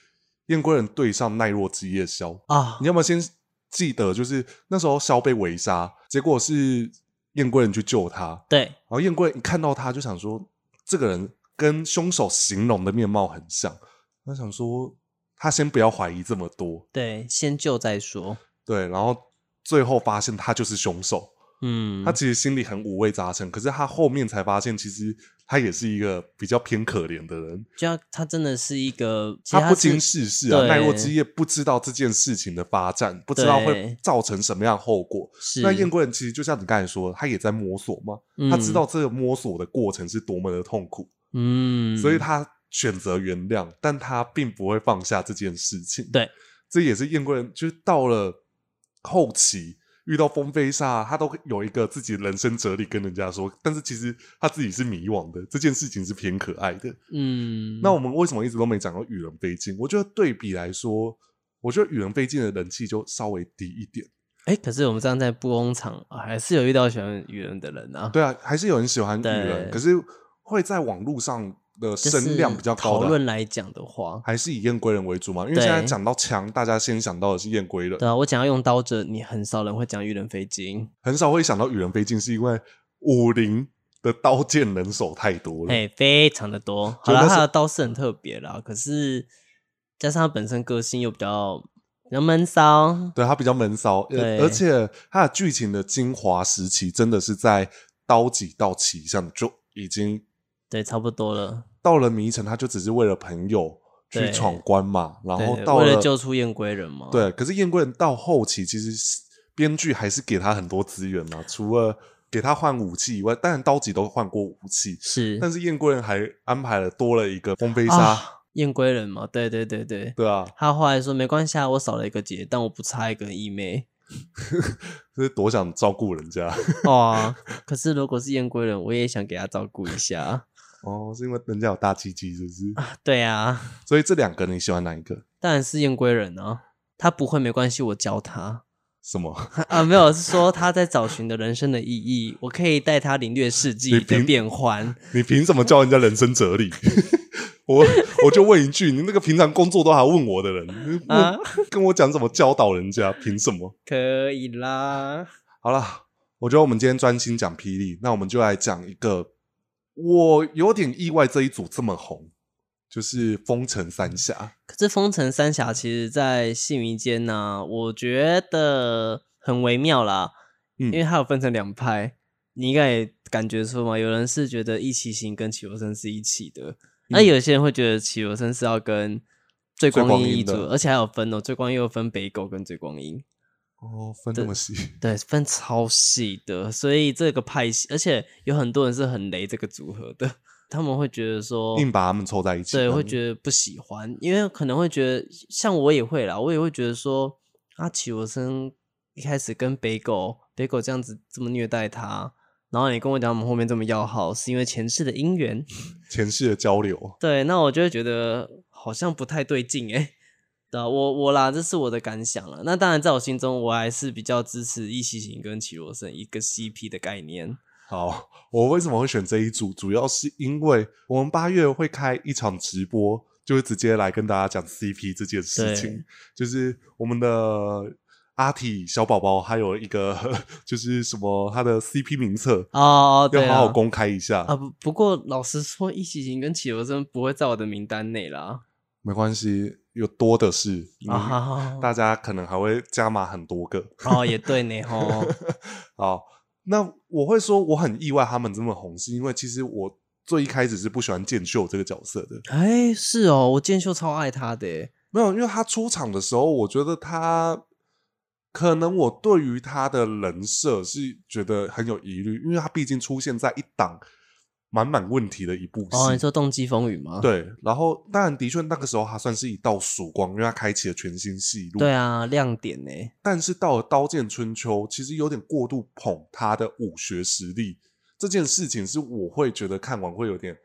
S1: 燕归人对上奈若基夜宵。
S2: 啊。
S1: 你有没有先记得，就是那时候萧被围杀，结果是燕归人去救他，然
S2: 对，
S1: 后燕归人一看到他就想说，这个人跟凶手形容的面貌很像，他想说他先不要怀疑这么多，
S2: 对，先救再说。
S1: 对，然后最后发现他就是凶手，
S2: 嗯，
S1: 他其实心里很五味杂陈，可是他后面才发现，其实他也是一个比较偏可怜的人。
S2: 就要他真的是一个，其实
S1: 他不
S2: 是
S1: 经世事啊，
S2: 对
S1: 奈若基也不知道这件事情的发展，不知道会
S2: 对
S1: 造成什么样的后果。
S2: 是
S1: 那燕贵人其实就像你刚才说，他也在摸索嘛，他
S2: 嗯
S1: 知道这个摸索的过程是多么的痛苦，
S2: 嗯，嗯
S1: 所以他选择原谅，但他并不会放下这件事情。
S2: 对，
S1: 这也是燕贵人，就是到了后期遇到风飞沙，他都有一个自己人生哲理跟人家说，但是其实他自己是迷惘的，这件事情是偏可爱的。
S2: 嗯，
S1: 那我们为什么一直都没讲到与人非进？我觉得对比来说，我觉得与人非进的人气就稍微低一点。
S2: 哎、可是我们这样在布工厂、啊还是有遇到喜欢语言的人啊。
S1: 对啊，还是有人喜欢女人，
S2: 对
S1: 可是会在网络上的
S2: 就是
S1: 声量比较高
S2: 讨
S1: 的，啊
S2: 论来讲的话，
S1: 还是以燕归人为主嘛？因为
S2: 对
S1: 现在讲到强，大家先想到的是燕归人，
S2: 对啊，我讲要用刀者，你很少人会讲玉人飞金。
S1: 很少会想到与人非进，是因为武林的刀剑人手太多了。
S2: 哎，非常的多。
S1: 就
S2: 好啦，
S1: 那是
S2: 他的刀是很特别啦，可是加上他本身个性又比较比较闷骚，
S1: 对他比较闷骚，
S2: 对
S1: 呃而且他的剧情的精华时期真的是在刀戟到旗上就已经
S2: 对，差不多了。
S1: 到了迷城，他就只是为了朋友去
S2: 对
S1: 闯关嘛，然后
S2: 对
S1: 到
S2: 为了救出燕归人嘛，，
S1: 对，可是燕贵人到后期，其实是编剧还是给他很多资源嘛，除了给他换武器以外，当然刀戟都换过武器，
S2: 是
S1: 但是燕贵人还安排了多了一个风飞沙，
S2: 啊燕归人嘛，对对对对。
S1: 对啊，
S2: 他后来说没关系啊，我少了一个姐，但我不差一个义妹
S1: 就是多想照顾人家
S2: 哦。 可是如果是燕归人，我也想给他照顾一下。
S1: 哦，是因为人家有大鸡鸡，是不 是？
S2: 对啊，
S1: 所以这两个你喜欢哪一个？
S2: 当然是燕归人啊。他不会没关系，我教他。
S1: 什么？
S2: 啊，没有，是说他在找寻的人生的意义，我可以带他领略世
S1: 你
S2: 纪的
S1: 凭
S2: 变幻。
S1: 你凭什么教人家人生哲理？ 我我就问一句，你那个平常工作都还问我的人，你问
S2: 啊
S1: 跟我讲怎么教导人家，凭什么？
S2: 可以啦，
S1: 好了，我觉得我们今天专心讲霹雳，那我们就来讲一个，我有点意外这一组这么红，就是《风城三峡》。
S2: 可是《风城三峡》其实在戏迷间呢、我觉得很微妙啦，
S1: 嗯
S2: 因为它有分成两派，你应该也感觉出嘛，有人是觉得一期行跟齐罗生是一起的，那、
S1: 嗯
S2: 有些人会觉得齐罗生是要跟
S1: 最
S2: 最
S1: 光
S2: 光阴
S1: 阴
S2: 一组
S1: 的，
S2: 而且还有分哦，最光阴又分北狗跟最光阴。
S1: 哦，分那么细，
S2: 对，分超细的，所以这个派系，而且有很多人是很雷这个组合的，他们会觉得说，
S1: 硬把他们凑在一起。
S2: 哦对，会觉得不喜欢，因为可能会觉得，像我也会啦，我也会觉得说，啊阿奇我生一开始跟北狗，北狗这样子这么虐待他，然后你跟我讲我们后面这么要好，是因为前世的姻缘，
S1: 前世的交流。
S2: 对，那我就会觉得好像不太对劲哎、对啊，我我啦，这是我的感想了。那当然，在我心中，我还是比较支持易西行跟齐罗生一个 CP 的概念。
S1: 好，我为什么会选这一组？主要是因为我们八月会开一场直播，就是直接来跟大家讲 CP 这件事情
S2: 对。
S1: 就是我们的阿体小宝宝，还有一个 就是什么他的 CP 名册，
S2: 哦，对
S1: 要好好
S2: 啦
S1: 公开一下。
S2: 啊，不不过老实说，易西行跟齐罗生不会在我的名单内啦。
S1: 没关系，有多的是，嗯
S2: 啊哈哈哈，
S1: 大家可能还会加码很多个。
S2: 哦，也对呢 吼，
S1: 好，那我会说我很意外他们这么红，是因为其实我最一开始是不喜欢剑秀这个角色的，
S2: 哎，是哦，我剑秀超爱他的欸耶，
S1: 没有，因为他出场的时候，我觉得他可能我对于他的人设是觉得很有疑虑，因为他毕竟出现在一档满满问题的一部戏。
S2: 哦，你说《动机风雨》吗？
S1: 对，然后当然的确那个时候他算是一道曙光，因为他开启了全新戏路。
S2: 对啊，亮点呢？
S1: 但是到了《刀剑春秋》，其实有点过度捧他的武学实力，这件事情是我会觉得看完会有点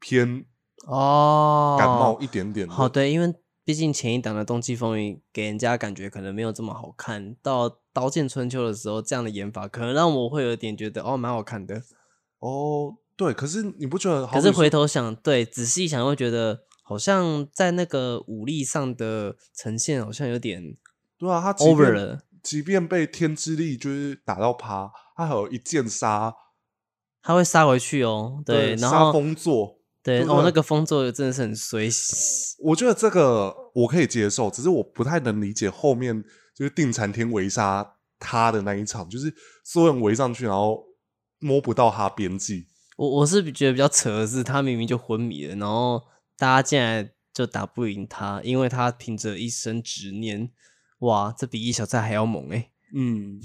S1: 偏
S2: 哦，
S1: 感冒一点点的。
S2: 好，对，因为毕竟前一档的《冬季风云》给人家感觉可能没有这么好看，到《刀剑春秋》的时候，这样的演法可能让我会有点觉得哦，蛮好看的。
S1: 哦，对，可是你不觉得好
S2: 可
S1: 比说？
S2: 是回头想，对，仔细想会觉得好像在那个武力上的呈现好像有点
S1: 对啊，他即
S2: over
S1: 便
S2: 了，
S1: 即便被天之力就是打到趴，他还有一剑杀，
S2: 他会杀回去哦。对，然
S1: 杀
S2: 后
S1: 风座。
S2: 对
S1: 对不
S2: 哦，那
S1: 对
S2: 个风座真的是很随
S1: 我觉得这个我可以接受，只是我不太能理解后面就是定禅天围杀他的那一场，就是所有人围上去，然后摸不到他边际。
S2: 我我是觉得比较扯的是，他明明就昏迷了，然后大家竟然就打不赢他，因为他凭着一生执念，哇，这比易小菜还要猛哎、
S1: 嗯，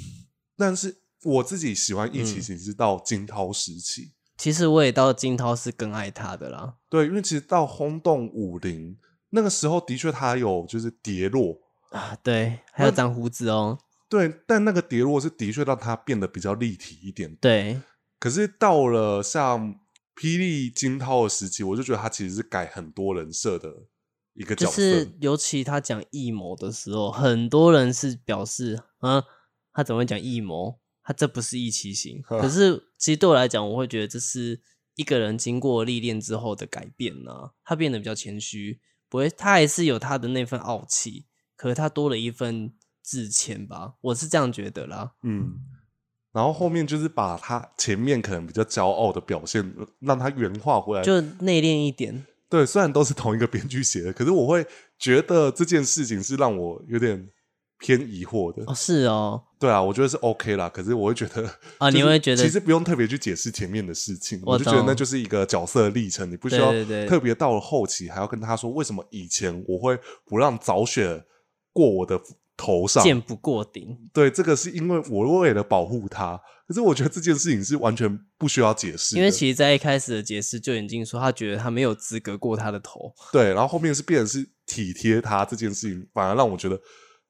S1: 但是我自己喜欢一
S2: 嗯
S1: 起行是到惊涛时期，
S2: 其实我也到惊涛是更爱他的啦，
S1: 对，因为其实到轰动武林那个时候，的确他有就是跌落，
S2: 啊，对，还有
S1: 那
S2: 长胡子哦，
S1: 对，但那个跌落是的确让他变得比较立体一点。
S2: 对，
S1: 可是到了像霹雳惊涛的时期，我就觉得他其实是改很多人设的一个角
S2: 就
S1: 色。
S2: 是尤其他讲异谋的时候，很多人是表示啊，他怎么会讲异谋？他这不是一期 行。可是其实对我来讲，我会觉得这是一个人经过历练之后的改变呢、他变得比较谦虚，不会，他还是有他的那份傲气，可是他多了一份自谦吧，我是这样觉得啦。
S1: 嗯，然后后面就是把他前面可能比较骄傲的表现，呃让他原化回来。
S2: 就内敛一点，
S1: 对，虽然都是同一个编剧写的，可是我会觉得这件事情是让我有点偏疑惑的。
S2: 哦，是哦，
S1: 对啊，我觉得是 OK 啦，可是我会觉得
S2: 啊
S1: 就是
S2: 你会觉得
S1: 其实不用特别去解释前面的事情，
S2: 我
S1: 我就觉得
S2: 懂
S1: 那就是一个角色的历程，你不需要
S2: 对对对
S1: 特别到了后期还要跟他说为什么以前我会不让早雪过我的头上。
S2: 剑不过顶，
S1: 对，这个是因为我为了保护他，可是我觉得这件事情是完全不需要解释的，
S2: 因为其实在一开始的解释就已经说他觉得他没有资格过他的头，
S1: 对，然后后面是变成是体贴他这件事情，反而让我觉得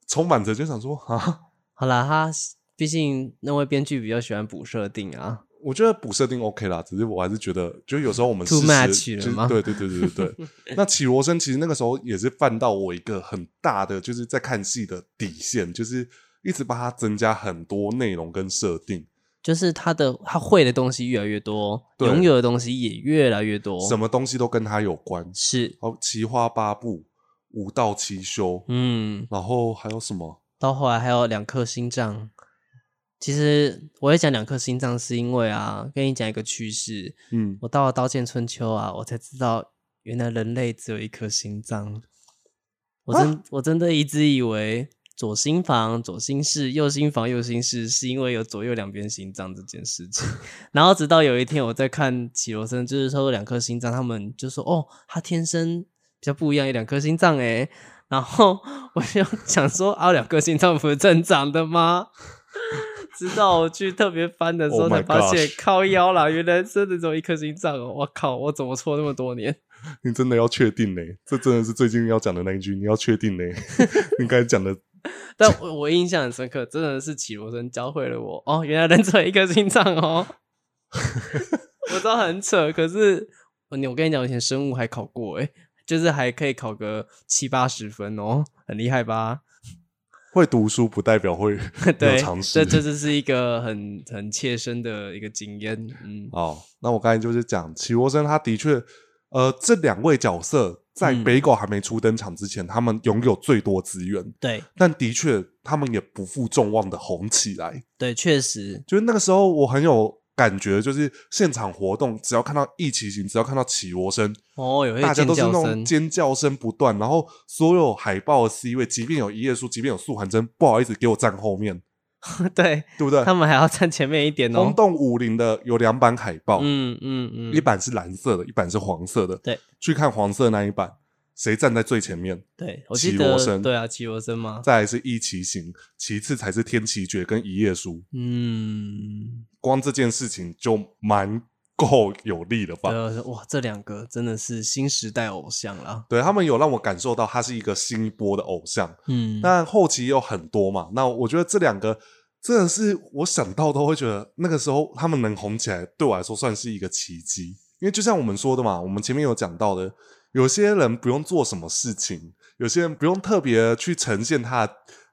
S1: 充满着就想说啊，
S2: 好啦，他毕竟那位编剧比较喜欢补设定啊，
S1: 我觉得补设定 OK 啦，只是我还是觉得，就有时候我们
S2: Too
S1: 事实
S2: much 了
S1: 就是
S2: 吗
S1: 对对对对对 对。那绮罗生其实那个时候也是犯到我一个很大的，就是在看戏的底线，就是一直帮他增加很多内容跟设定，
S2: 就是他的他会的东西越来越多，
S1: 对
S2: 拥有的东西也越来越多。
S1: 什么东西都跟他有关。
S2: 是？
S1: 好，奇花八部、五道七修，
S2: 嗯，
S1: 然后还有什么？
S2: 到后来还有两颗心脏。其实我会讲两颗心脏，是因为啊，跟你讲一个趋势。
S1: 嗯，
S2: 我到了《刀剑春秋》啊，我才知道原来人类只有一颗心脏。我真、我真的一直以为左心房、左心室、右心房、右心室是因为有左右两边心脏这件事情。然后直到有一天我在看绮罗森，就是说两颗心脏，他们就说哦，他天生比较不一样，有两颗心脏诶。然后我就想说啊，两颗心脏不是正常的吗？ 直到我去特别翻的时候
S1: Oh my
S2: 才发现
S1: gosh
S2: 靠腰啦，原来真的只有一颗心脏哦！我靠，我怎么错那么多年？
S1: 你真的要确定呢、这真的是最近要讲的那一句，你要确 定呢、你刚才讲的
S2: 但我我印象很深刻，真的是绮罗生教会了我哦，原来人只有一颗心脏哦。 我知道很扯，可是我我跟你讲，我以前生物还考过诶，就是还可以考个七八十分哦，很厉害吧？
S1: 会读书不代表会有
S2: 对
S1: 常，识。
S2: 这这就是一个很很切身的一个经验。嗯，
S1: 哦，那我刚才就是讲齐国生，他的确，呃，这两位角色在
S2: 嗯
S1: 北狗还没初登场之前，他们拥有最多资源，
S2: 对
S1: 但的确他们也不负众望的红起来。
S2: 对，确实，
S1: 就是那个时候，我很有感觉，就是现场活动，只要看到一骑行，只要看到齐国生，
S2: 哦，有一
S1: 大
S2: 个
S1: 家
S2: 尖
S1: 都是那
S2: 叫
S1: 种
S2: 声，
S1: 尖叫声不断，然后所有海报的 C 位，即便有一页书，即便有素还真，不好意思给我站后面，
S2: 对
S1: 对不对
S2: 他？们还哦要站前面一点哦
S1: 轰。动武林的有两版海报，
S2: 嗯嗯嗯，
S1: 一版是蓝色的，一版是黄色的。
S2: 对，
S1: 去看黄色那一版，谁站在最前面？
S2: 对，我记
S1: 绮罗
S2: 得
S1: 生
S2: 对啊，绮罗生嘛，
S1: 再来是一骑行，其次才是天奇诀跟一页书。
S2: 嗯，
S1: 光这件事情就蛮够有力了吧？
S2: 呃，哇，这两个真的是新时代偶像啦。
S1: 对他们有让我感受到他是一个新一波的偶像，
S2: 嗯，
S1: 但后期也有很多嘛。那我觉得这两个真的是我想到都会觉得，那个时候他们能红起来，对我来说算是一个奇迹。因为就像我们说的嘛，我们前面有讲到的，有些人不用做什么事情，有些人不用特别去呈现它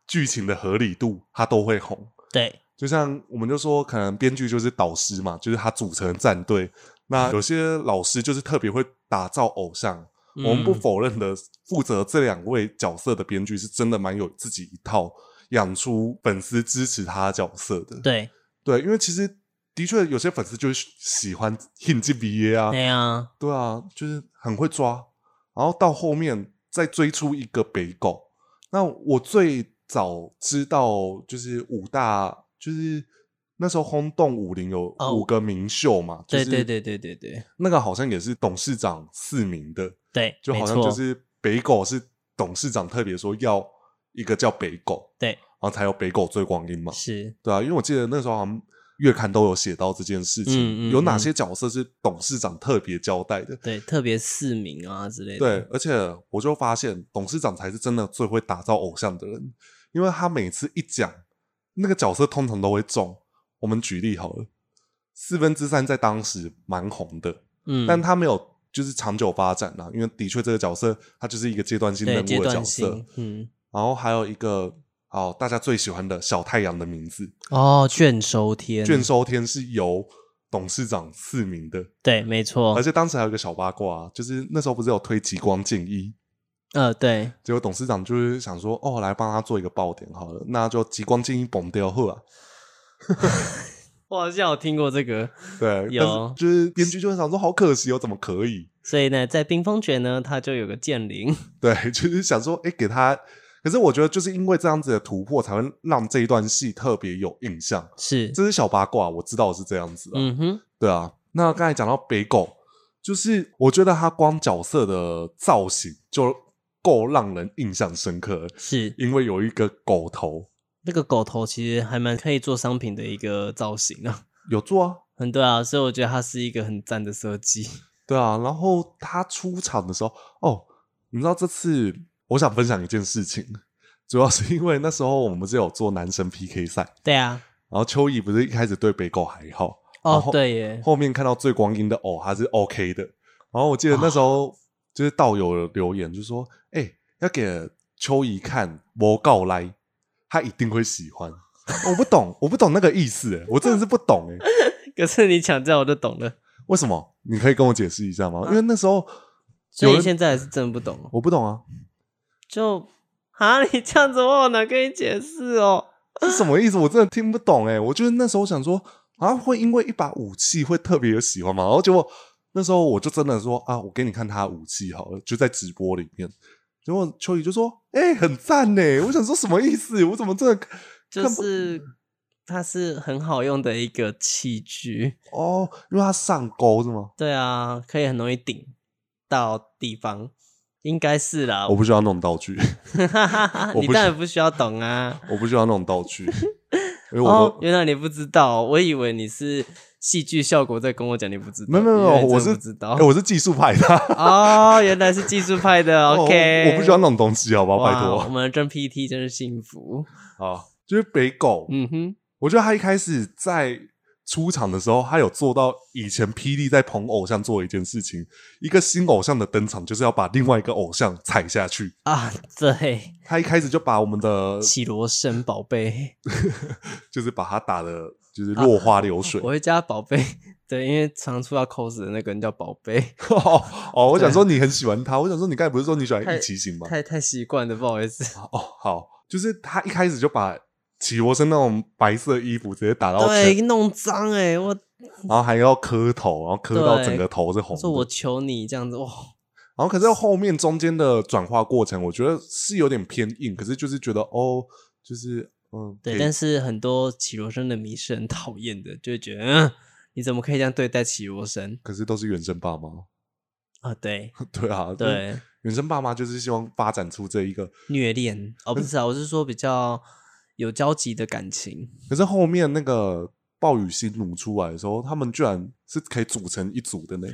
S1: 剧情的合理度，它都会红。
S2: 对，
S1: 就像我们就说，可能编剧就是导师嘛，就是他组成战队。那有些老师就是特别会打造偶像。
S2: 嗯
S1: 我们不否认的，负责这两位角色的编剧是真的蛮有自己一套养出粉丝支持他角色的。
S2: 对，
S1: 对，因为其实的确有些粉丝就是喜欢 hint 进 BA 啊，
S2: 对呀，
S1: 对啊，就是很会抓，然后到后面再追出一个北狗。那我最早知道就是五大，就是那时候轰动武林有
S2: 哦
S1: 五个名秀嘛，就
S2: 对
S1: 是
S2: 对对对对对
S1: 那个好像也是董事长四名的，
S2: 对，
S1: 就好像
S2: 没
S1: 就
S2: 错
S1: 是北狗是董事长特别说要一个叫北狗，
S2: 对
S1: 然后才有北狗追光阴嘛，
S2: 是，
S1: 对啊，因为我记得那时候好像月刊都有写到这件事情，
S2: 嗯嗯
S1: 有哪
S2: 嗯
S1: 些角色是董事长特别交代的，
S2: 对，特别市民啊之类的，
S1: 对，而且我就发现董事长才是真的最会打造偶像的人，因为他每次一讲，那个角色通常都会中。我们举例好了，四分之三在当时蛮红的，
S2: 嗯，
S1: 但他没有就是长久发展啦，因为的确这个角色他就是一个阶段性人
S2: 对阶
S1: 物的角
S2: 段
S1: 色
S2: 性。，嗯，
S1: 然后还有一个哦，大家最喜欢的小太阳的名字，
S2: 哦，卷收天，
S1: 卷收天是由董事长赐名的，
S2: 对，没错
S1: 而，且当时还有一个小八卦、啊，就是那时候不是有推极光剑一。
S2: 呃，对，
S1: 结果董事长就是想说，哦，来帮他做一个爆点好了，那就极光建议崩掉后啊，
S2: 我好像有听过这个，
S1: 对，
S2: 有
S1: 但是就是编剧就会想说，好可惜哦，怎么可以？
S2: 所以呢，在冰封诀呢，它就有个剑灵，
S1: 对， 就是想说，哎，给他。可是我觉得就是因为这样子的突破，才会让这一段戏特别有印象。
S2: 是，
S1: 这是小八卦，我知道是这样子啊。
S2: 嗯哼，
S1: 对啊，那刚才讲到北狗，就是我觉得他光角色的造型就够让人印象深刻了，
S2: 是
S1: 因为有一个狗头
S2: 那个狗头其实还蛮可以做商品的一个造型啊，
S1: 有做啊，
S2: 很对啊，所以我觉得它是一个很赞的设计，
S1: 对啊，然后他出场的时候，哦，你知道这次我想分享一件事情，主要是因为那时候我们不是有做男神 PK 赛，
S2: 对啊，
S1: 然后秋意不是一开始对北狗还好，然
S2: 哦
S1: 后，
S2: 对耶，
S1: 后面看到最光阴的哦，他是 OK 的，然后我记得那时候就是道友留言就说，哎、要给秋怡看魔告来，他一定会喜欢。我不懂，我不懂那个意思，哎我真的是不懂哎。
S2: 可是你讲这样我就懂了，
S1: 为什么？你可以跟我解释一下吗？因为那时候
S2: 所
S1: 有
S2: 以
S1: 人
S2: 现在还是真的不懂，
S1: 我不懂啊，
S2: 就啊，你这样子我有哪跟你解释哦？
S1: 是什么意思？我真的听不懂哎、我就是那时候想说啊，会因为一把武器会特别有喜欢吗？然后结果那时候我就真的说啊，我给你看他的武器好了，就在直播里面。结果秋怡就说：“哎、很赞呢、我想说什么意思？我怎么这
S2: 就
S1: 看不
S2: 是它是很好用的一个器具，
S1: 哦，因为他上钩是吗？
S2: 对啊，可以很容易顶到地方，应该是啦。
S1: 我不需要那种道具，我
S2: 你
S1: 不
S2: 当
S1: 是
S2: 然不需要懂啊。
S1: 我不需要那种道具，因为我
S2: 哦，
S1: 都
S2: 原来你不知道，我以为你是戏剧效果在跟我讲，你不知道。
S1: 没有没有没有
S2: 原来你真的
S1: 我是
S2: 不知
S1: 哎、
S2: 道。
S1: 我是技术派的、
S2: 哦，原来是技术派的。
S1: 哦
S2: OK，
S1: 我我不需要那种东西，好吧，
S2: 哇哦
S1: 拜
S2: 我
S1: 托
S2: 们的真 PT 真是幸福。
S1: 啊，就是北狗，
S2: 嗯哼，
S1: 我觉得他一开始在出场的时候，他有做到以前霹雳在捧偶像做的一件事情，一个新偶像的登场就是要把另外一个偶像踩下去。
S2: 啊，对，
S1: 他一开始就把我们的
S2: 绮罗神宝贝，
S1: 就是把他打的，就是
S2: 啊
S1: 落花流 水。
S2: 我会叫他宝贝，对，因为常出要 cos 的那个人叫宝贝，
S1: 哦哦，我想说你很喜欢他，我想说你刚才不是说你喜欢
S2: 太
S1: 一骑行吗？
S2: 太太习惯了，不好意思。
S1: 哦，好，就是他一开始就把绮罗身那种白色衣服直接打到
S2: 对
S1: 全，，
S2: 弄脏哎、我
S1: 然后还要磕头，然后磕到整个头是红
S2: 我
S1: 的。
S2: 说我求你这样子，哇，
S1: 然后可是后面中间的转化过程，我觉得是有点偏硬，可是就是觉得哦，就是嗯，
S2: 对，
S1: 给
S2: 但是很多绮罗生的迷是很讨厌的，就会觉得、嗯、你怎么可以这样对待绮罗生
S1: 可是都是原生爸妈，
S2: 啊？对
S1: 对啊，就是
S2: 对，
S1: 原生爸妈就是希望发展出这一个，
S2: 虐恋哦，不是啊，我是说比较有交集的感情，
S1: 可是后面那个暴雨新奴出来的时候，他们居然是可以组成一组 的呢，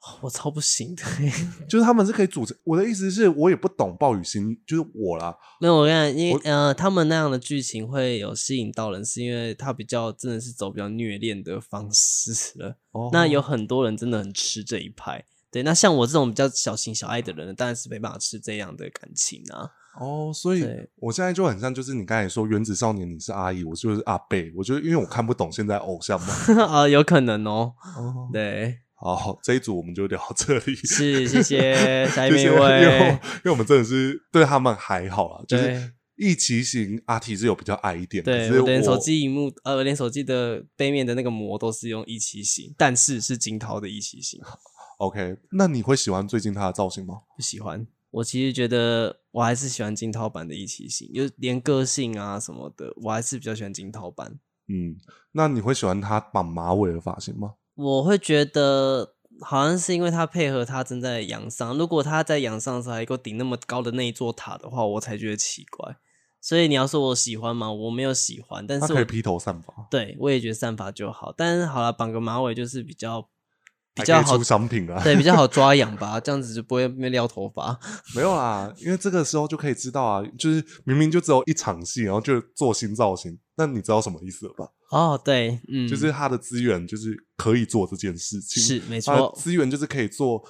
S2: 哦我超不行的。欸
S1: 就是他们是可以组成。我的意思是我也不懂暴雨新，就是我啦，
S2: 没有，我跟你讲，因为呃，他们那样的剧情会有吸引到人，是因为他比较真的是走比较虐恋的方式了。
S1: 哦，
S2: 那有很多人真的很吃这一派，对，那像我这种比较小情小爱的人，当然是没办法吃这样的感情啊。
S1: 哦，所以
S2: 对
S1: 我现在就很像，就是你刚才说《原子少年》，你是阿姨，我就是阿贝。我觉得，因为我看不懂现在偶像 嘛。
S2: 啊，有可能哦。
S1: 哦，
S2: 对，
S1: 好，这一组我们就聊到这里。
S2: 是，谢谢 下一
S1: 谢谢，
S2: 面一
S1: 因为
S2: 位
S1: 我，因为我们真的是对他们还好啦， 就是
S2: 对
S1: 一骑行阿提是有比较矮一点，可
S2: 对，
S1: 是
S2: 我连手机荧幕，呃，我连手机的背面的那个膜都是用一七型，但是是金涛的一七型，
S1: OK，那你会喜欢最近他的造型吗？
S2: 不喜欢。我其实觉得我还是喜欢金涛版的一七型，就是连个性啊什么的，我还是比较喜欢金涛版。
S1: 嗯，那你会喜欢他绑马尾的发型吗？
S2: 我会觉得好像是因为他配合他正在养伤，如果他在养伤的时候还给我顶那么高的那一座塔的话，我才觉得奇怪。所以你要说我喜欢吗？我没有喜欢，但
S1: 他
S2: 是
S1: 可以
S2: 我
S1: 披头散发，
S2: 对我也觉得散发就好。但是好了，绑个马尾就是比较比
S1: 还
S2: 较
S1: 可以
S2: 好
S1: 出，商品啊。
S2: 对，比较 好抓痒吧，这样子就不会被撩头发。
S1: 没有啦，因为这个时候就可以知道啊，就是明明就只有一场戏，然后就做新造型，那你知道什么意思了吧？
S2: 哦，对，嗯，
S1: 就是他的资源就是可以做这件事情，
S2: 是没
S1: 他的
S2: 错，
S1: 资源就是可以做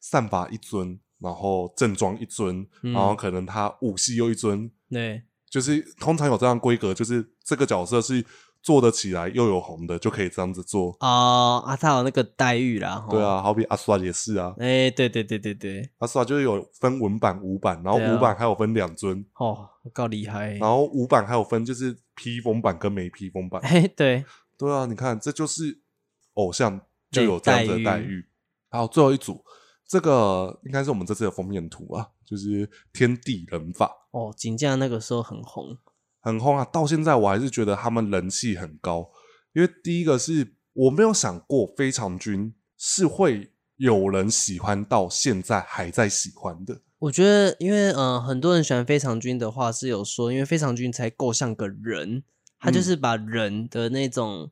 S1: 散发一尊，然后正装一尊，
S2: 嗯
S1: 然后可能他武戏又一尊，
S2: 对，
S1: 就是通常有这样规格，就是这个角色是做得起来又有红的，就可以这样子做。
S2: 哦啊，他有那个待遇啦，吼
S1: 对，啊，好比阿苏拉也是啊，
S2: 哎，对对对对对，
S1: 阿苏拉就是有分文版、武版，然后
S2: 对啊
S1: 武版还有分两尊，
S2: 哦，够厉害，
S1: 然后武版还有分就是披风版跟没披风版。
S2: 哎，对，
S1: 对啊，你看这就是偶像就
S2: 对
S1: 有这样子的待
S2: 待
S1: 遇。还有最后一组，这个应该是我们这次的封面图啊，就是天地人法
S2: 哦，锦江那个时候很红，
S1: 很红啊，到现在我还是觉得他们人气很高，因为第一个是我没有想过非常君是会有人喜欢到现在还在喜欢的。
S2: 我觉得，因为呃，很多人喜欢非常君的话是有说，因为非常君才够像个人，他就
S1: 嗯
S2: 是把人的那种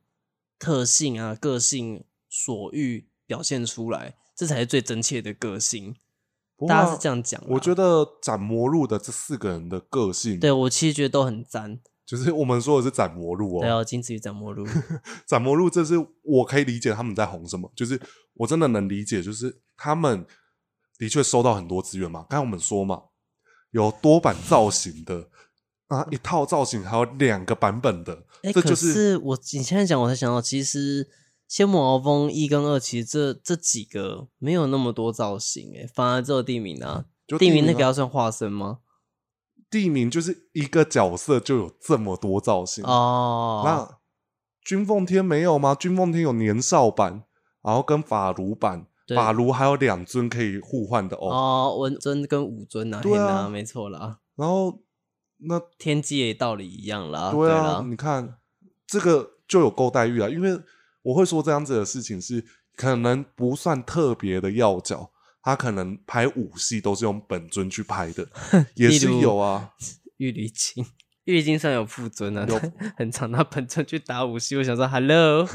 S2: 特性啊、个性、所欲表现出来，这才是最真切的个性。
S1: 不过
S2: 大
S1: 啊
S2: 家是这样讲啦，
S1: 我觉得斩魔录的这四个人的个性，
S2: 对，我其实觉得都很赞。
S1: 就是我们说的是斩魔录
S2: 对
S1: 哦，
S2: 哦，金子与斩 魔录，
S1: 斩魔录，这是我可以理解他们在红什么，就是我真的能理解，就是他们的确收到很多资源嘛。刚才我们说嘛，有多版造型的啊，一套造型还有两个版本的，
S2: 哎，
S1: 这就
S2: 可是我你现在讲，我才想到，其实《仙魔鳌峰》一跟二，其实这这几个没有那么多造型、诶，反而只有地名啊。
S1: 就
S2: 地名那个
S1: 啊
S2: 要算化身吗？
S1: 地名就是一个角色就有这么多造型。
S2: 哦，
S1: 那君奉天没有吗？君奉天有年少版，然后跟法如版，
S2: 对
S1: 法如还有两尊可以互换的哦。
S2: 哦，文尊跟武尊啊，
S1: 对啊
S2: 嘿呐没错啦，
S1: 然后那
S2: 天机也道理一样啦，
S1: 对啊，
S2: 啦，
S1: 你看这个就有够待遇啊，因为我会说这样子的事情是可能不算特别的要角，他可能拍武戏都是用本尊去拍 的，也
S2: 例
S1: 是
S2: 如
S1: 有啊。
S2: 玉离经，玉离经算有副尊啊，
S1: 有
S2: 但 很常拿本尊去打武戏，我想说 hello，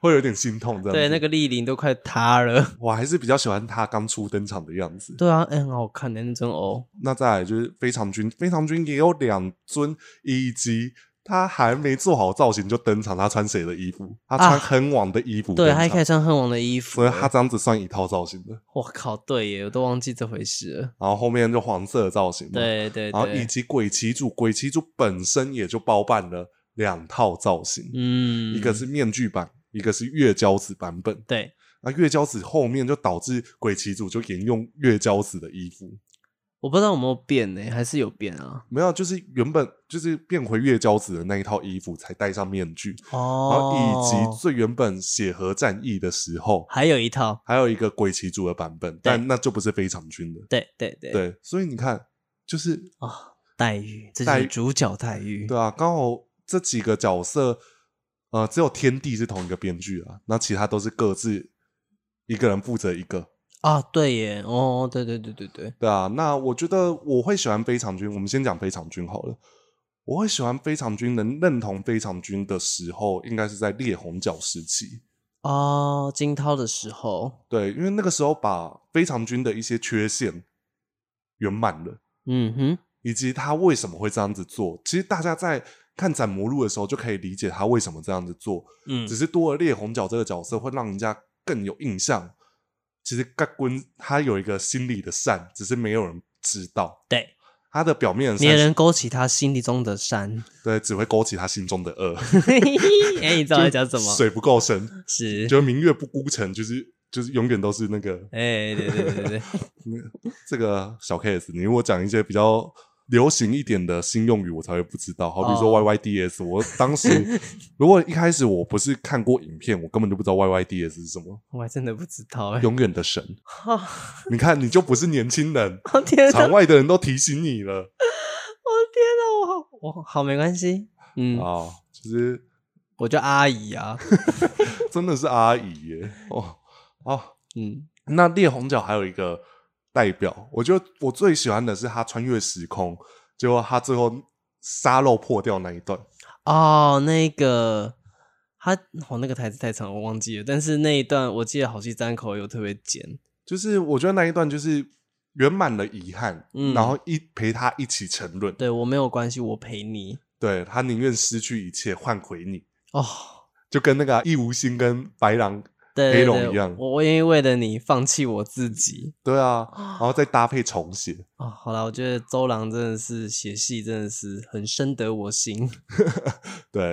S1: 会有点心痛这样子。
S2: 对，那个丽玲都快塌了，
S1: 我还是比较喜欢他刚初登场的样子。
S2: 对啊，哎、很好看的那尊偶，
S1: 那再来就是非常君，非常君也有两尊，以及他还没做好造型就登场，他穿谁的衣服？他穿
S2: 啊
S1: 恒王的衣服、
S2: 对，他一开
S1: 始，
S2: 始穿恨王的衣服
S1: 所以啊他
S2: 了，
S1: 这样子算一套造型的。
S2: 我靠，对耶，我都忘记这回事了，
S1: 然后后面就黄色的造型嘛，，
S2: 对对
S1: 嗯然后以
S2: 对，
S1: 及鬼旗主，鬼旗主本身也就包办了两套造型，
S2: 嗯，
S1: 一个是面具版，一个是月娇子版本。
S2: 对，
S1: 那月娇子后面就导致鬼旗主就沿用月娇子的衣服，
S2: 我不知道有没有变呢，还是有变啊，
S1: 没有，就是原本就是变回月娇子的那一套衣服才戴上面具，然后
S2: 哦，
S1: 以及最原本血河战役的时候，
S2: 还有一套，
S1: 还有一个鬼旗主的版本，但那就不是非常君的，
S2: 对对对
S1: 对，所以你看，就是
S2: 啊、待遇，这
S1: 待
S2: 是
S1: 遇
S2: 主角待遇。
S1: 对啊，刚好这几个角色，呃，只有天地是同一个编剧啊，那其他都是各自一个人负责一个。
S2: 啊，对耶，哦，对对对对对，
S1: 对啊，那我觉得我会喜欢非常君。我们先讲非常君好了。我会喜欢非常君，能认同非常君的时候，应该是在烈红角时期。
S2: 哦，惊涛的时候，
S1: 对，因为那个时候把非常君的一些缺陷圆满了，
S2: 嗯哼，
S1: 以及他为什么会这样子做。其实大家在看《斩魔录》的时候，就可以理解他为什么这样子做。
S2: 嗯
S1: 只，是多了烈红角这个角色，会让人家更有印象。其实盖棍他有一个心理的善，只是没有人知道。
S2: 对，
S1: 他的表面的
S2: 没
S1: 善是，
S2: 人勾起他心里中的山。
S1: 对，只会勾起他心中的恶。
S2: 嘿嘿嘿哎，你知道我 在讲什么？
S1: 水不够深，
S2: 是，
S1: 觉得明月不孤城，就是就是永远都是那个
S2: 哎，对对对对对，
S1: 这个小 case。你如果讲一些比较流行一点的新用语，我才会不知道。好比说
S2: 哦
S1: YYDS，、我当时 如果一开始我不是看过影片，我根本就不知道 YYDS 是什么。
S2: 我还真的不知道哎。
S1: 永远的神，
S2: 哈，
S1: 你看你就不是年轻人，
S2: 我天哪，我 哦
S1: 场外的人都提醒你了
S2: 天哪，我好，我好没关系。嗯
S1: 啊、，就是
S2: 我叫阿姨啊。
S1: 真的是阿姨耶哦哦。
S2: 嗯，
S1: 那猎红角还有一个代表，我觉得我最喜欢的是他穿越时空，结果他最后沙漏破掉那一段。
S2: 哦，那个。他哦，那个台词太长，我忘记了。但是那一段我记得好戏张口有特别剪，
S1: 就是我觉得那一段就是圆满了遗憾，
S2: 嗯
S1: 然后一陪他一起沉沦，
S2: 对我没有关系，我陪你。
S1: 对他宁愿失去一切换回你，
S2: 哦，
S1: 就跟那个易无心跟白狼，
S2: 对
S1: 黑
S2: 对
S1: 龙
S2: 对，
S1: 一样
S2: 我我愿意为了你放弃我自己。
S1: 对啊，然后再搭配重写，
S2: 哦，好了，我觉得周郎真的是写戏，真的是很深得我心。
S1: 对，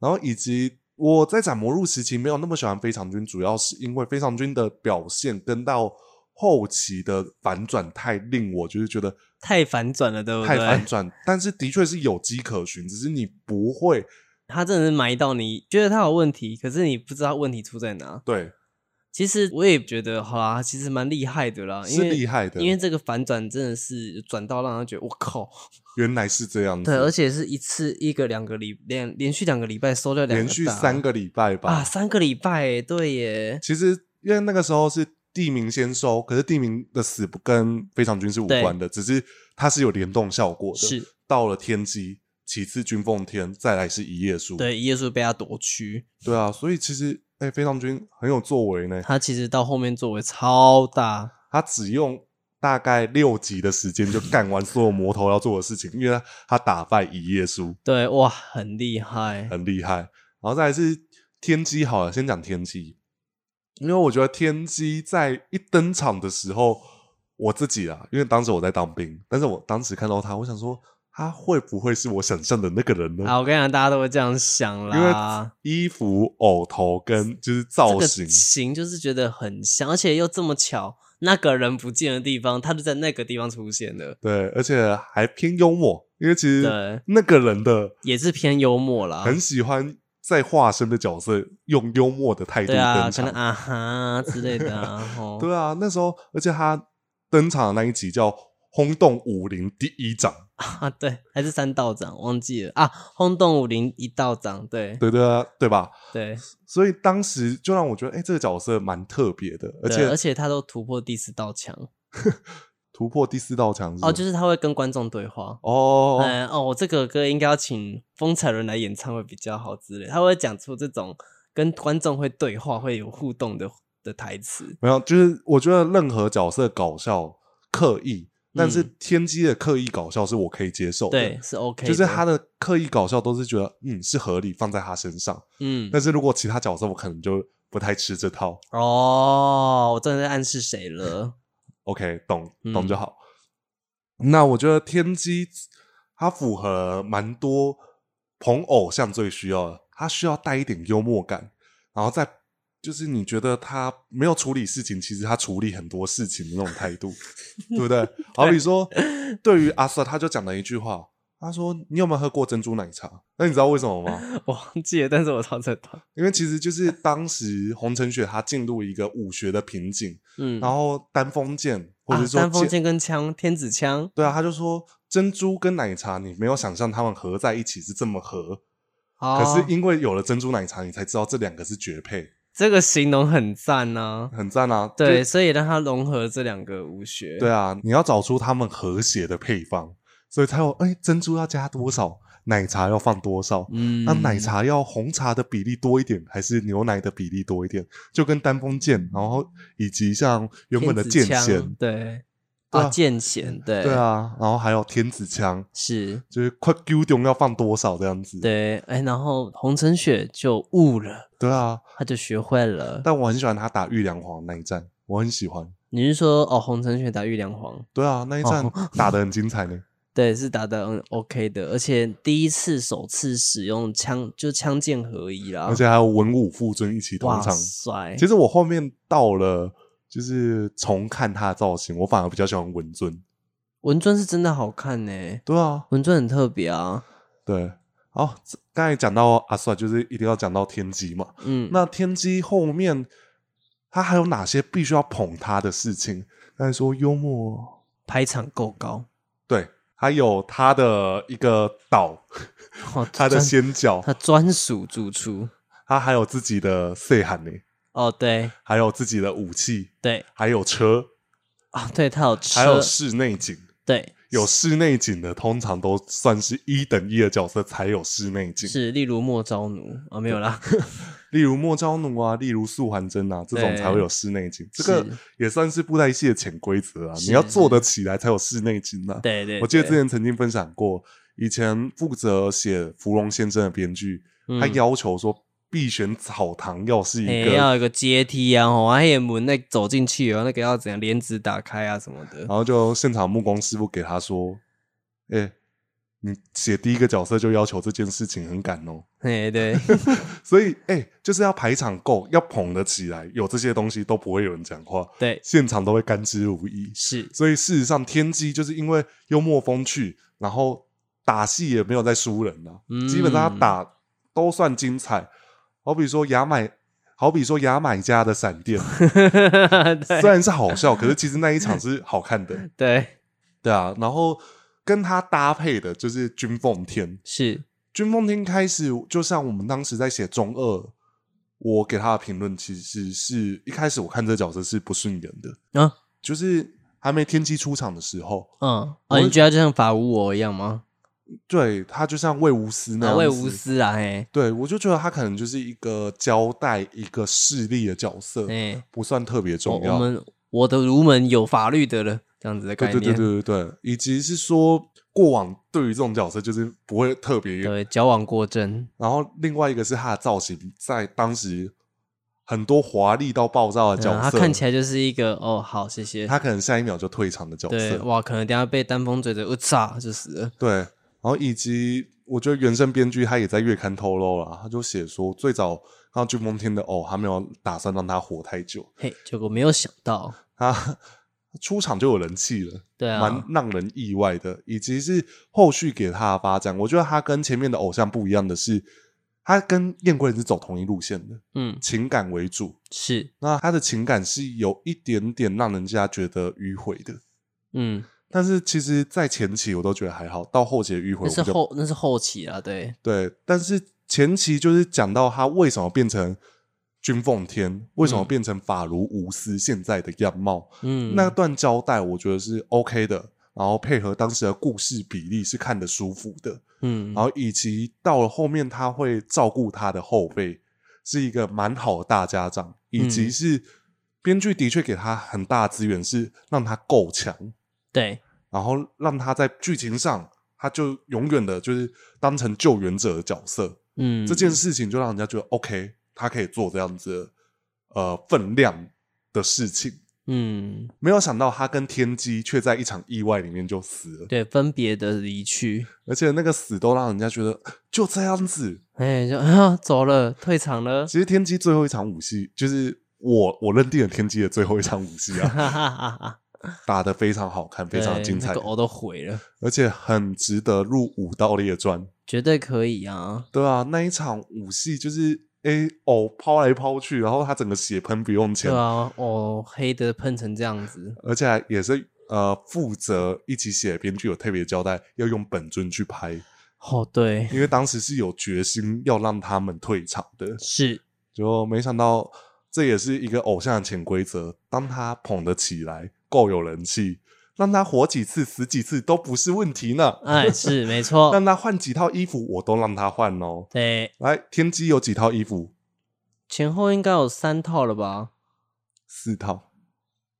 S1: 然后以及。我在斩魔录时期没有那么喜欢非常君，主要是因为非常君的表现跟到后期的反转太令我就是觉得
S2: 太反转哦了，对不
S1: 太反
S2: 对？
S1: 转，但是的确是有迹可循，只是你不会
S2: 他真的是埋到你觉得他有问题，可是你不知道问题出在哪。
S1: 对
S2: 其实我也觉得，好啦，其实蛮厉害的啦，哦因
S1: 是
S2: 为
S1: 厉害的，
S2: 因为这个反转真的是转到让他觉得我靠，
S1: 原来是这样子，
S2: 对，而且是一次一个两个礼连连续两个礼拜收掉两个
S1: 连续
S2: 大
S1: 三个礼拜吧。
S2: 啊，三个礼拜耶，对耶，
S1: 其实因为那个时候是地名先收，可是地名的死不跟非常军是无关的，只是它是有联动效果的。
S2: 是
S1: 到了天机，其次君奉天，再来是一页书。
S2: 对，耶稣被他夺去，
S1: 对啊，所以其实哎、非常君很有作为呢，
S2: 他其实到后面作为超大，
S1: 他只用。大概六集的时间就干完所有魔头要做的事情，因为他打败一页书，
S2: 对，哇，很厉害，
S1: 很厉害。然后再来是天机好了，先讲天机，因为我觉得天机在一登场的时候，我自己啊，因为当时我在当兵，但是我当时看到他，我想说他会不会是我想象的那个人呢？
S2: 啊，我跟你讲，大家都会这样想
S1: 因为
S2: 啦。
S1: 衣服、偶头跟就是
S2: 这
S1: 造
S2: 个
S1: 型，
S2: 型就是觉得很像，而且又这么巧，那个人不见的地方，他就在那个地方出现了。
S1: 对，而且还偏幽默，因为其实
S2: 对，啊
S1: 那个人的
S2: 也是偏幽默啦。
S1: 很喜欢在化身的角色用幽默的态度
S2: 对啊，
S1: 登
S2: 可
S1: 场，
S2: 能啊哈之类 的啊。吼
S1: 对啊，那时候，而且他登场的那一集叫《轰动武林第一掌》，
S2: 啊，对，还是三道长，忘记了啊，轰动武林一道长，对
S1: 对对啊，对吧？
S2: 对
S1: 所以当时就让我觉得，哎、这个角色蛮特别的，而
S2: 对，而
S1: 且
S2: 且他都突破第四道墙
S1: 突破第四道墙是什么
S2: 哦，就是他会跟观众对话。
S1: 哦，
S2: 嗯，哦，我这个歌应该要请风采伦来演唱会比较好之类，他会讲出这种跟观众会对话、会有互动的的台词。
S1: 没有，就是我觉得任何角色搞笑刻意，但是
S2: 嗯
S1: 天机的刻意搞笑是我可以接受的，
S2: 对，是 OK
S1: 哦就是
S2: 的
S1: 他，的刻意搞笑都是觉得嗯是合理放在他身上，
S2: 嗯，
S1: 但是如果其他角色我可能就不太吃这套。
S2: 哦，我真的在暗示谁了？
S1: OK，懂
S2: 嗯
S1: 懂就好。那我觉得天机它符合蛮多捧偶像最需要的，它需要带一点幽默感，然后再就是你觉得他没有处理事情，其实他处理很多事情的那种 态度，对不对？好比说，对于阿 Sir，他就讲了一句话，他说：“你有没有喝过珍珠奶茶？”那你知道为什么吗？
S2: 我忘记了，但是我超这段，
S1: 因为其实就是当时洪承雪他进入一个武学的瓶颈，
S2: 嗯，
S1: 然后单锋剑或者
S2: 啊
S1: 说
S2: 丹凤
S1: 剑
S2: 剑跟枪，天子枪，
S1: 对啊，他就说珍珠跟奶茶，你没有想象它们合在一起是这么合，可
S2: 哦
S1: 是因为有了珍珠奶茶，你才知道这两个是绝配，
S2: 这个形容很赞呢、
S1: 很赞啊！
S2: 对，
S1: 就
S2: 所以让它融合这两个武学，
S1: 对啊，你要找出他们和谐的配方，所以才有哎，珍珠要加多少，奶茶要放多少。
S2: 嗯，
S1: 那奶茶要红茶的比例多一点，还是牛奶的比例多一点？就跟丹峰剑，然后以及像原
S2: 天
S1: 本的
S2: 子
S1: 剑
S2: 枪
S1: 弦，
S2: 对，
S1: 对啊
S2: 啊，剑弦，对，
S1: 对，啊，然后还有天子枪，
S2: 是，
S1: 就是快 Q 中要放多少这样子。
S2: 对，哎，然后洪承雪就悟了，
S1: 对啊，
S2: 他就学会了。
S1: 但我很喜欢他打玉良皇那一战，我很喜欢。
S2: 你是说哦，洪承轩打玉良皇？
S1: 对啊，那一战
S2: 哦
S1: 打得很精彩 呢。
S2: 对，是打的嗯 OK 的，而且第一次首次使用枪，就枪剑合一啦，
S1: 而且还有文武副尊一起同
S2: 哇
S1: 场。
S2: 塞，
S1: 其实我后面到了，就是重看他的造型，我反而比较喜欢文尊。
S2: 文尊是真的好看呢、
S1: 对啊，
S2: 文尊很特别啊，
S1: 对。好，这刚才讲到阿帅，就是一定要讲到天机嘛。
S2: 嗯，
S1: 那天机后面他还有哪些必须要捧他的事情？刚才说幽默，
S2: 排场够高，
S1: 对，还有他的一个岛，
S2: 哦、
S1: 他的
S2: 专
S1: 仙脚，
S2: 他专属主厨
S1: 他还有自己的 C 喊呢，
S2: 哦，对
S1: 还有自己的武器，
S2: 对
S1: 还有车，
S2: 啊、对他有车，
S1: 还有室内景。
S2: 对
S1: 有室内景的，通常都算是一等一的角色才有室内景，
S2: 是例如莫昭奴啊、没有啦，
S1: 例如莫昭奴啊，例如素还真啊，这种
S2: 对
S1: 才会有室内景。这个
S2: 是
S1: 也算是布袋戏的潜规则啊，
S2: 是
S1: 你要做得起来才有室内景啊。
S2: 对对
S1: 我记得
S2: 对
S1: 之前曾经分享过，以前负责写《芙蓉先生》的编剧，他
S2: 嗯
S1: 要求说必选草堂要是
S2: 哎、
S1: 一个，
S2: 要
S1: 然
S2: 有一个阶梯啊，吼，还有门那走进去哦，那个要怎样帘子打开啊什么的，
S1: 后就现场木工师傅给他说：“哎、你写第一个角色就要求这件事情，很赶哦。”
S2: 哎、对，
S1: 所以，哎、就是要排场够，要捧得起来，有这些东西都不会有人讲话，
S2: 对，
S1: 现场都会甘之如饴。
S2: 是
S1: 所以，事实上，天机就是因为幽默风趣，然后打戏也没有在输人啊，
S2: 嗯
S1: 基本上他打都算精彩。好比说牙买，好比说牙买加的闪电，虽然是好笑，可是其实那一场是好看的，
S2: 对对
S1: 对啊。然后跟他搭配的就是君奉天，
S2: 是，
S1: 君奉天开始，就像我们当时在写中二，我给他的评论其实是一开始我看这角色是不顺眼的，
S2: 啊
S1: 就是还没天机出场的时候，
S2: 嗯，
S1: 我
S2: 哦，你觉得就像法无我一样吗？
S1: 对他就像魏无私那
S2: 啊，
S1: 样、
S2: 魏无，私啊，嘿，
S1: 对我就觉得他可能就是一个交代一个势力的角色，
S2: 哎，
S1: 不算特别
S2: 我
S1: 重
S2: 我
S1: 要。
S2: 们我的儒门有法律的了，这样子的概
S1: 对对
S2: 念，
S1: 对对对对，以及是说过往对于这种角色就是不会特别
S2: 对，矫枉过正，
S1: 然后另外一个是他的造型，在当时很多华丽到爆炸的
S2: 对
S1: 角
S2: 啊
S1: 色，
S2: 他看起来就是一个哦，好，谢谢，
S1: 他可能下一秒就退场的角
S2: 对，
S1: 色，
S2: 哇，可能等一下被丹峰追着，我操，就死了，
S1: 对，然后以及我觉得原声编剧他也在月刊透露了，他就写说最早看到君梦天的哦，他没有打算让他活太久，
S2: 嘿，结果没有想到，
S1: 他出场就有人气了，
S2: 对
S1: 蛮
S2: 啊，
S1: 让人意外的，以及是后续给他的发展，我觉得他跟前面的偶像不一样的是，他跟燕归人是走同一路线的，
S2: 嗯，
S1: 情感为主，
S2: 是，
S1: 那他的情感是有一点点让人家觉得迂回的，
S2: 嗯，
S1: 但是其实，在前期我都觉得还好，到后期的迂回
S2: 那
S1: 我
S2: 是
S1: 就
S2: 后那是后期啊，对，
S1: 对，但是前期就是讲到他为什么变成君奉天，为什么
S2: 嗯
S1: 变成法如无私现在的样貌，
S2: 嗯，
S1: 那段交代我觉得是 OK 的，然后配合当时的故事比例是看得舒服的，
S2: 嗯
S1: 然，后以及到了后面他会照顾他的后辈，是一个蛮好的大家长，以及
S2: 嗯
S1: 是编剧的确给他很大的资源，是让他够强，
S2: 对，
S1: 然后让他在剧情上他就永远的就是当成救援者的角色，
S2: 嗯，
S1: 这件事情就让人家觉得 OK，他可以做这样子的呃分量的事情。
S2: 嗯，
S1: 没有想到他跟天机却在一场意外里面就死了，
S2: 对，分别的离去，
S1: 而且那个死都让人家觉得就这样子，
S2: 哎，就 啊走了，退场了，
S1: 其实天机最后一场武戏，就是我我认定了天机的最后一场武戏 啊，
S2: 哈哈哈哈，
S1: 打得非常好看， 非常
S2: 对
S1: 精彩
S2: 那个，哦我都毁了，
S1: 而且很值得入武道列传。
S2: 绝对可以啊，
S1: 对啊，那一场武戏就是诶哦抛来抛去，然后他整个血喷不用钱，
S2: 对啊，哦，黑的喷成这 样子，
S1: 而且还也是呃负责一起写的编剧有特别交代，要用本尊去拍，
S2: 哦， 对，
S1: 因为当时是有决心要让他们退场的，
S2: 是，
S1: 就没想到这也是一个偶像的潜规则。当他捧得起来，够有人气，让他火几次、死几次都不是问题呢。
S2: 哎，是没错，
S1: 让他换几套衣服，我都让他换哦。
S2: 对，
S1: 来，天机有几套衣服？
S2: 前后应该有三套了吧？
S1: 四套，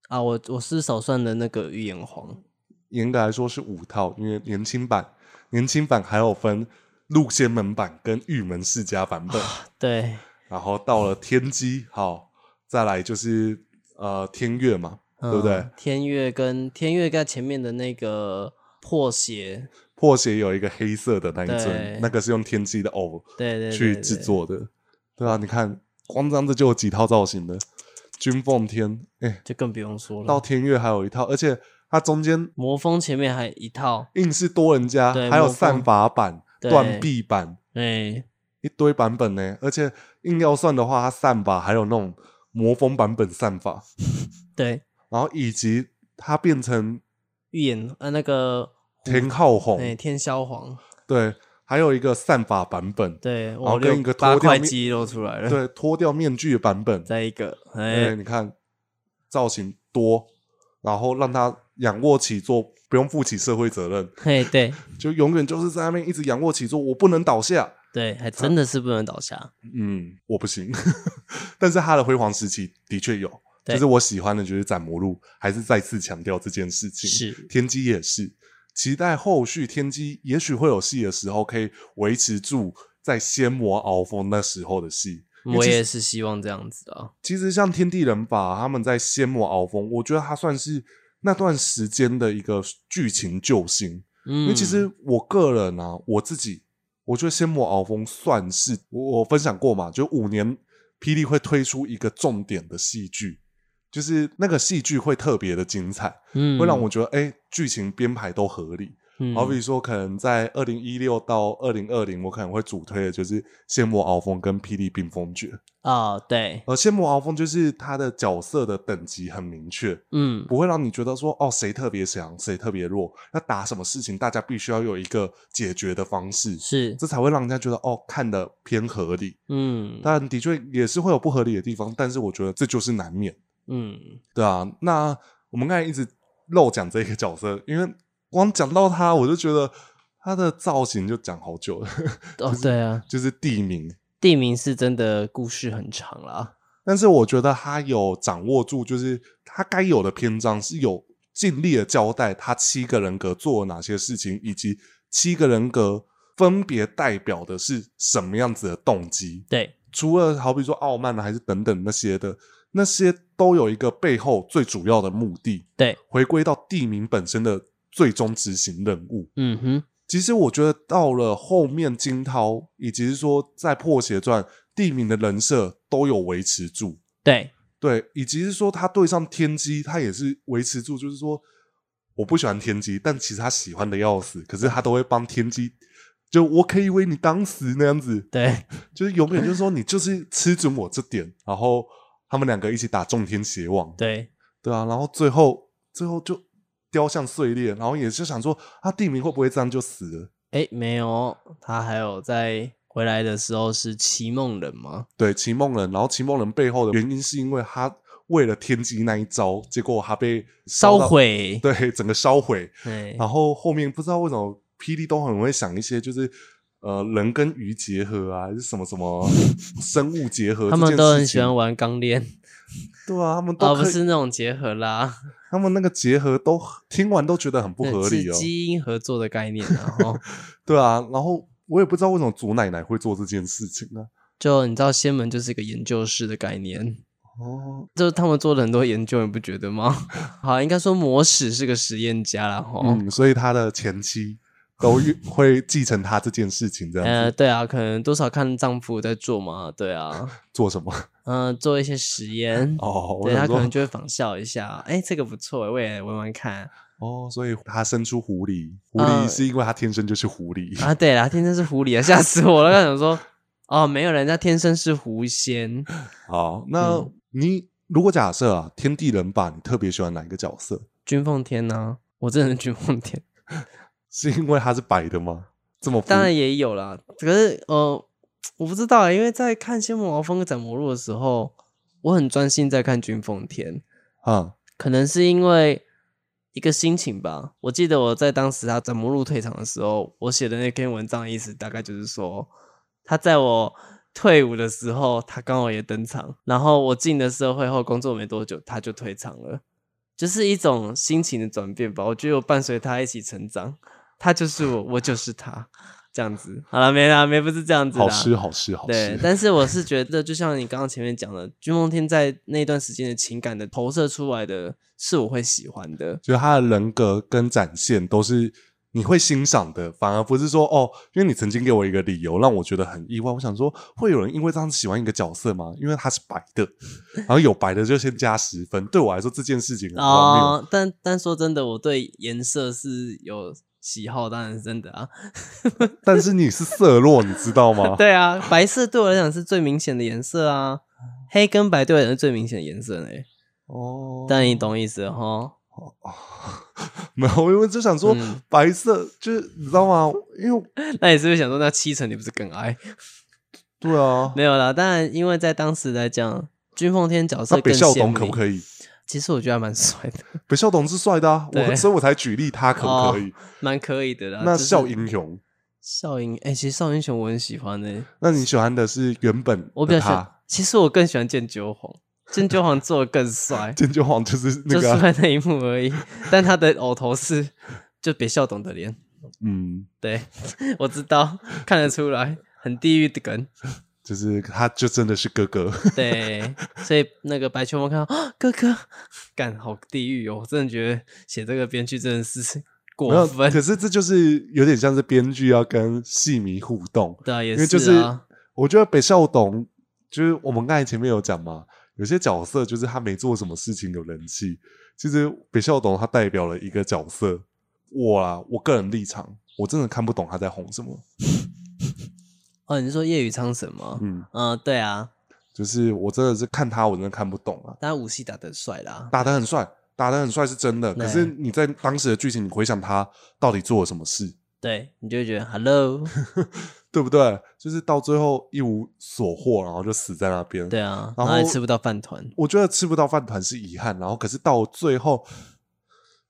S2: 啊，我我是少算的那个预言皇，
S1: 严格来说是五套，因为年轻版、年轻版还有分陆仙门版跟玉门世
S2: 啊
S1: 家版本。
S2: 对，
S1: 然后到了天机，好，再来就是呃天乐嘛，对不对
S2: 嗯？天月跟天月跟前面的那个破鞋，
S1: 破鞋有一个黑色的那一尊
S2: 对，
S1: 那个是用天机的藕
S2: 对对对
S1: 去制。
S2: 对
S1: 作的，对啊，你看光这样子就有几套造型的，君奉天，哎，
S2: 就更不用说
S1: 到
S2: 了，
S1: 天乐还有一套，而且它中间
S2: 魔风前面还一套，
S1: 硬是多人家，
S2: 对
S1: 还有
S2: 魔方
S1: 散法版、
S2: 对
S1: 断臂版
S2: 哎，
S1: 一堆版本呢，而且硬要算的话，它散法还有那种魔风版本散法，
S2: 对，
S1: 然后以及它变
S2: 嗯
S1: 成
S2: 预言呃那个
S1: 天靠红，
S2: 哎天霄皇，
S1: 对，还有一个散法版 本，
S2: 对
S1: 后
S2: 我
S1: 跟
S2: 六
S1: 一个脱
S2: 八
S1: 掉
S2: 块
S1: 面
S2: 肌肉出来了，
S1: 对，脱掉面具的版本，
S2: 再一个
S1: 对，
S2: 哎
S1: 你看造型多，然后让他仰卧起坐，不用负起社会责任，
S2: 嘿对
S1: 就永远就是在那边一直仰卧起坐，我不能倒下。
S2: 对，还真的是不能倒下，
S1: 嗯，我不行。 但是他的辉煌时期的确有，
S2: 对
S1: 就是我喜欢的就是斩魔录，还是再次强调这件事情。
S2: 是
S1: 天机也是，期待后续天机也许会有戏的时候，可以维持住在仙魔鳌峰那时候的戏。因为
S2: 我
S1: 其实
S2: 也是希望这样子的啊，
S1: 其实像天地人法他们在仙魔鳌峰，我觉得它算是那段时间的一个剧情救星。因
S2: 嗯，
S1: 为其实我个人啊，我自己我觉得仙魔鳌峰算是我我分享过嘛，就五年霹雳会推出一个重点的戏剧，就是那个戏剧会特别的精彩，
S2: 嗯
S1: 会让我觉得哎剧情编排都合理。
S2: 嗯
S1: 好比说，可能在二零一六到二零二零，我可能会主推的就是仙魔鳌峰跟霹雳冰封诀。
S2: 啊对，
S1: 而仙魔鳌峰就是他的角色的等级很明确，
S2: 嗯
S1: 不会让你觉得说哦谁特别强谁特别弱，要打什么事情大家必须要有一个解决的方式，
S2: 是
S1: 这才会让人家觉得哦看的偏合理。
S2: 嗯
S1: 但的确也是会有不合理的地方，但是我觉得这就是难免，
S2: 嗯
S1: 对啊。那我们刚才一直漏讲这个角色，因为光讲到他，我就觉得他的造型就讲好久了，
S2: 哦对啊，
S1: 就是地名。
S2: 地名是真的故事很长啦，
S1: 但是我觉得他有掌握住，就是他该有的篇章是有尽力的交代他七个人格做了哪些事情，以及七个人格分别代表的是什么样子的动机。
S2: 对
S1: 除了好比说傲慢啊，还是等等那些的，那些都有一个背后最主要的目的，
S2: 对，
S1: 回归到地名本身的最终执行任务。
S2: 嗯哼
S1: 其实我觉得到了后面惊涛，以及是说在破鞋传地名的人设都有维持住。
S2: 对。
S1: 对，以及是说他对上天机，他也是维持住，就是说我不喜欢天机，但其实他喜欢的要死，可是他都会帮天机，就我可以为你当死那样子，
S2: 对，
S1: 就是永远就是说你就是吃准我这点，然后他们两个一起打中天邪王，
S2: 对，
S1: 对啊，然后最后最后就雕像碎裂，然后也是想说他地名会不会这样就死了？
S2: 哎，没有哦，他还有在回来的时候是奇梦人吗？
S1: 对，齐梦人，然后齐梦人背后的原因是因为他为了天机那一招，结果他被
S2: 烧
S1: 到，
S2: 毁，
S1: 对，整个烧毁。
S2: 对，
S1: 然后后面不知道为什么霹雳都很会想一些，就是呃人跟鱼结合啊，还是什么什么生物结合这件事情，
S2: 他们都很喜欢玩钢链，
S1: 对啊，他们 都
S2: 啊，
S1: 可
S2: 不
S1: 以
S2: 是那种结合啦，
S1: 他们那个结合都听完都觉得 很不
S2: 对
S1: 合
S2: 是
S1: 理哦，
S2: 基因合作的概念啊，然后
S1: 对啊，然后我也不知道为什么祖奶奶会做这件事情啊呢、
S2: 就你知道仙门就是一个研究室的概念。
S1: 哦，
S2: 就是他们做了很多研究，你不觉得吗？ 好，应该说魔使是个实验家啦，哦吼，
S1: 嗯，所以他的前妻都会继承他这件事情，这样
S2: 呃，
S1: 子
S2: 对啊，可能多少看丈夫在做嘛，对啊，
S1: 做什么？
S2: 嗯、做一些实验，
S1: 哦，我
S2: 对他
S1: 想
S2: 可能
S1: 说，
S2: 就会仿效一下，哎、这个不错，我也玩玩看
S1: 哦，所以他生出狐狸，狐
S2: 嗯
S1: 狸是因为他天生就是狐狸，
S2: 啊。对啦，天生是狐狸啊，吓死我了！刚想说，哦，没有人家天生是狐仙，
S1: 好，那
S2: 嗯
S1: 你如果假设啊，天地人吧，你特别喜欢哪一个角色？
S2: 君奉天呢、我真的是君奉天，
S1: 是因为他是白的吗？这么肤
S2: 当然也有啦。可是呃，我不知道、欸，因为在看《仙魔鳌峰》跟《斩魔录》的时候，我很专心在看君奉天，
S1: 啊，
S2: 可能是因为。一个心情吧，我记得我在当时他斩魔录退场的时候，我写的那篇文章意思大概就是说，他在我退伍的时候，他刚好也登场，然后我进了社会后工作没多久，他就退场了，就是一种心情的转变吧。我觉得我伴随他一起成长，他就是我，我就是他，这样子。好了，没啦，没不是这样子啦。
S1: 好吃，好吃，好
S2: 对
S1: 吃，。
S2: 但是我是觉得，就像你刚刚前面讲的，君梦天在那段时间的情感的投射出来的，是我会喜欢的。
S1: 就是他的人格跟展现都是你会欣赏的，反而不是说哦，因为你曾经给我一个理由让我觉得很意外，我想说会有人因为这样喜欢一个角色吗？因为他是白 的，然后有白的就先加十分，对我来说这件事情很荒谬。
S2: 哦，但但说真的，我对颜色是有喜好，当然是真的啊。
S1: 但是你是色弱，你知道吗？
S2: 对啊，白色对我来讲是最明显的颜色啊，黑跟白对我来讲是最明显的颜色嘞。
S1: 哦，
S2: 但你懂意思哈？
S1: 没有，因为就想说
S2: 嗯
S1: 白色，就是你知道吗？因为
S2: 那你是不是想说，那七成你不是更爱？
S1: 对啊，
S2: 没有啦，当然，因为在当时来讲，君奉天角色
S1: 那
S2: 更
S1: 北校
S2: 鲜
S1: 董可
S2: 明
S1: 不可以？
S2: 其实我觉得还蛮帅的，
S1: 北校董是帅的啊，
S2: 对
S1: 我所以我才举例他可不可以？
S2: 蛮可以的啦。
S1: 那
S2: 就是
S1: 笑英雄，
S2: 少英，哎、其实少英雄我很喜欢的、
S1: 那你喜欢的是原本
S2: 我比较
S1: 的
S2: 喜欢
S1: 他，，，
S2: 其实我更喜欢剑九皇，剑九皇做的更帅
S1: 剑就皇就是 那个
S2: 就
S1: 啊、
S2: 帅那一幕而已。但他的偶头是就别笑懂的脸，
S1: 嗯，
S2: 对 我知道，看得出来，很地狱的梗。
S1: 就是他就真的是哥哥，
S2: 对，所以那个白秋梦看到、 啊、哥哥，干好地狱哦！我真的觉得写这个编剧真的是
S1: 没有
S2: 过，分。
S1: 可是这就是有点像是编剧要跟戏迷互动，
S2: 对啊，也
S1: 因
S2: 是
S1: 为就
S2: 啊，
S1: 是我觉得北校董就是我们刚才前面有讲嘛，有些角色就是他没做什么事情有人气，其实北校董他代表了一个角色，我啊，我个人立场，我真的看不懂他在红什么，
S2: 哦，你是说夜雨苍神吗？
S1: 嗯，
S2: 嗯、对啊，
S1: 就是我真的是看他，我真的看不懂啊，
S2: 但武戏打得帅啦。
S1: 打得很帅，打得很帅是真的，
S2: 对
S1: 可是你在当时的剧情，你回想他到底做了什么事，
S2: 对，你就会觉得 hello，
S1: 对不对？就是到最后一无所获，然后就死在那边，
S2: 对啊，
S1: 然
S2: 然
S1: 后
S2: 后也吃不到饭团，
S1: 我觉得吃不到饭团是遗憾，然后可是到最后，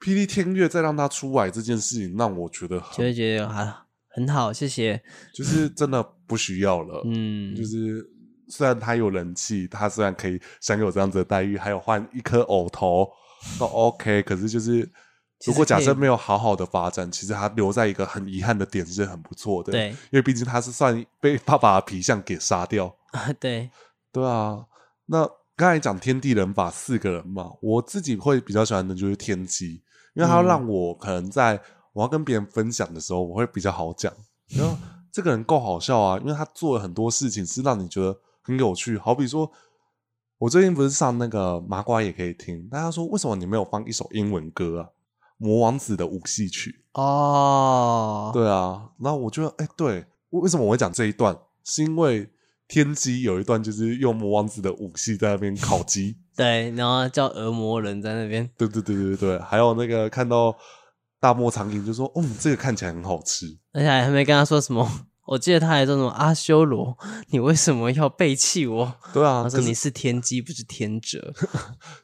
S1: 霹雳天乐再让他出来这件事情，让我觉得
S2: 就
S1: 很
S2: 会觉得啊很好，谢谢，
S1: 就是真的不需要了。
S2: 嗯，
S1: 就是虽然他有人气，他虽然可以享有这样子的待遇，还有换一颗偶头都 OK，可是就是
S2: 其实
S1: 如果假设
S2: 可以
S1: 没有好好的发展，其实他留在一个很遗憾的点是很不错的。，
S2: 对
S1: 因为毕竟他是算被爸爸的皮相给杀掉。
S2: 对，
S1: 对啊，那刚才讲天地人法四个人嘛，我自己会比较喜欢的就是天机，因为它
S2: 嗯
S1: 让我可能在我要跟别人分享的时候，我会比较好讲。然后这个人够好笑啊，因为他做了很多事情是让你觉得很有趣，好比说。我最近不是上那个麻瓜也可以听，大家说为什么你没有放一首英文歌啊？魔王子的舞戏曲，
S2: 哦，
S1: 对啊，然后我觉得，哎、对，为什么我会讲这一段？是因为天机有一段就是用魔王子的武器在那边烤鸡，
S2: 对然后叫恶魔人在那边，
S1: 对对对对对，还有那个看到大漠苍蝇就说，嗯，这个看起来很好 吃，
S2: 而且还没跟他说什么，我记得他还说什么阿修罗，你为什么要背弃我？
S1: 对啊，
S2: 他
S1: 可
S2: 说你
S1: 是
S2: 是天机，不是 天者，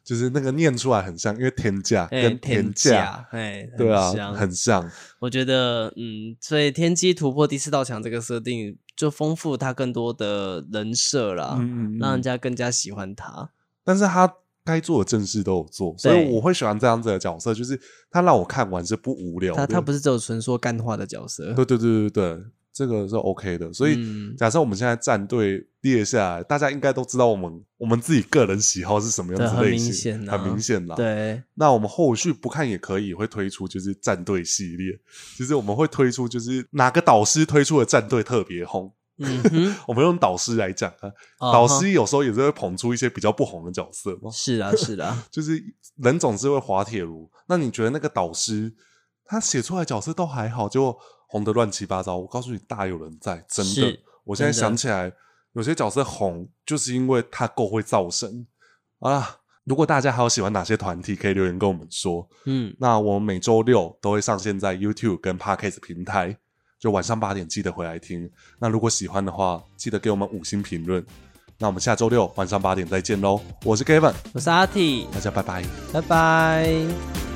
S1: 就是那个念出来很像，因为天价
S2: 哎，
S1: 跟天价，
S2: 价，哎，
S1: 对啊
S2: 很，香
S1: 很像，
S2: 我觉得，嗯，所以天机突破第四道墙这个设定，就丰富他更多的人设啦，
S1: 嗯嗯
S2: 让人
S1: 嗯，
S2: 家更加喜欢他。
S1: 但是他。该做的正事都有做，所以
S2: 对
S1: 我会喜欢这样子的角色，就是他让我看完是不无聊的。
S2: 他他不是只有纯说干话的角色，
S1: 对对对对对，这个是 OK 的。所以
S2: 嗯
S1: 假设我们现在战队列下来，大家应该都知道我们我们自己个人喜好是什么样
S2: 对
S1: 子
S2: 很
S1: 类
S2: 明
S1: 型，
S2: 显啊
S1: 很明显啦。，
S2: 对
S1: 那我们后续不看也可以，会推出就是战队系列。其实我们会推出就是哪个导师推出的战队特别红，
S2: 嗯 哼，
S1: 我们用导师来讲啊，
S2: 哦
S1: 导
S2: 哈
S1: 师有时候也是会捧出一些比较不红的角色嘛。
S2: 是啊是啊，
S1: 就是人总是会滑铁卢。那你觉得那个导师他写出来角色都还好，结果红的乱七八糟？我告诉你，大有人在，真的
S2: 是。
S1: 我现在
S2: 真的
S1: 想起来，有些角色红就是因为他够会造神啊。如果大家还有喜欢哪些团体，可以留言跟我们说。
S2: 嗯，
S1: 那我们每周六都会上线在 YouTube 跟 Podcast 平台，就晚上八点记得回来听。那如果喜欢的话，记得给我们五星评论。那我们下周六晚上八点再见喽！我是 Gavin，
S2: 我是阿 T，
S1: 大家拜拜。
S2: 拜拜。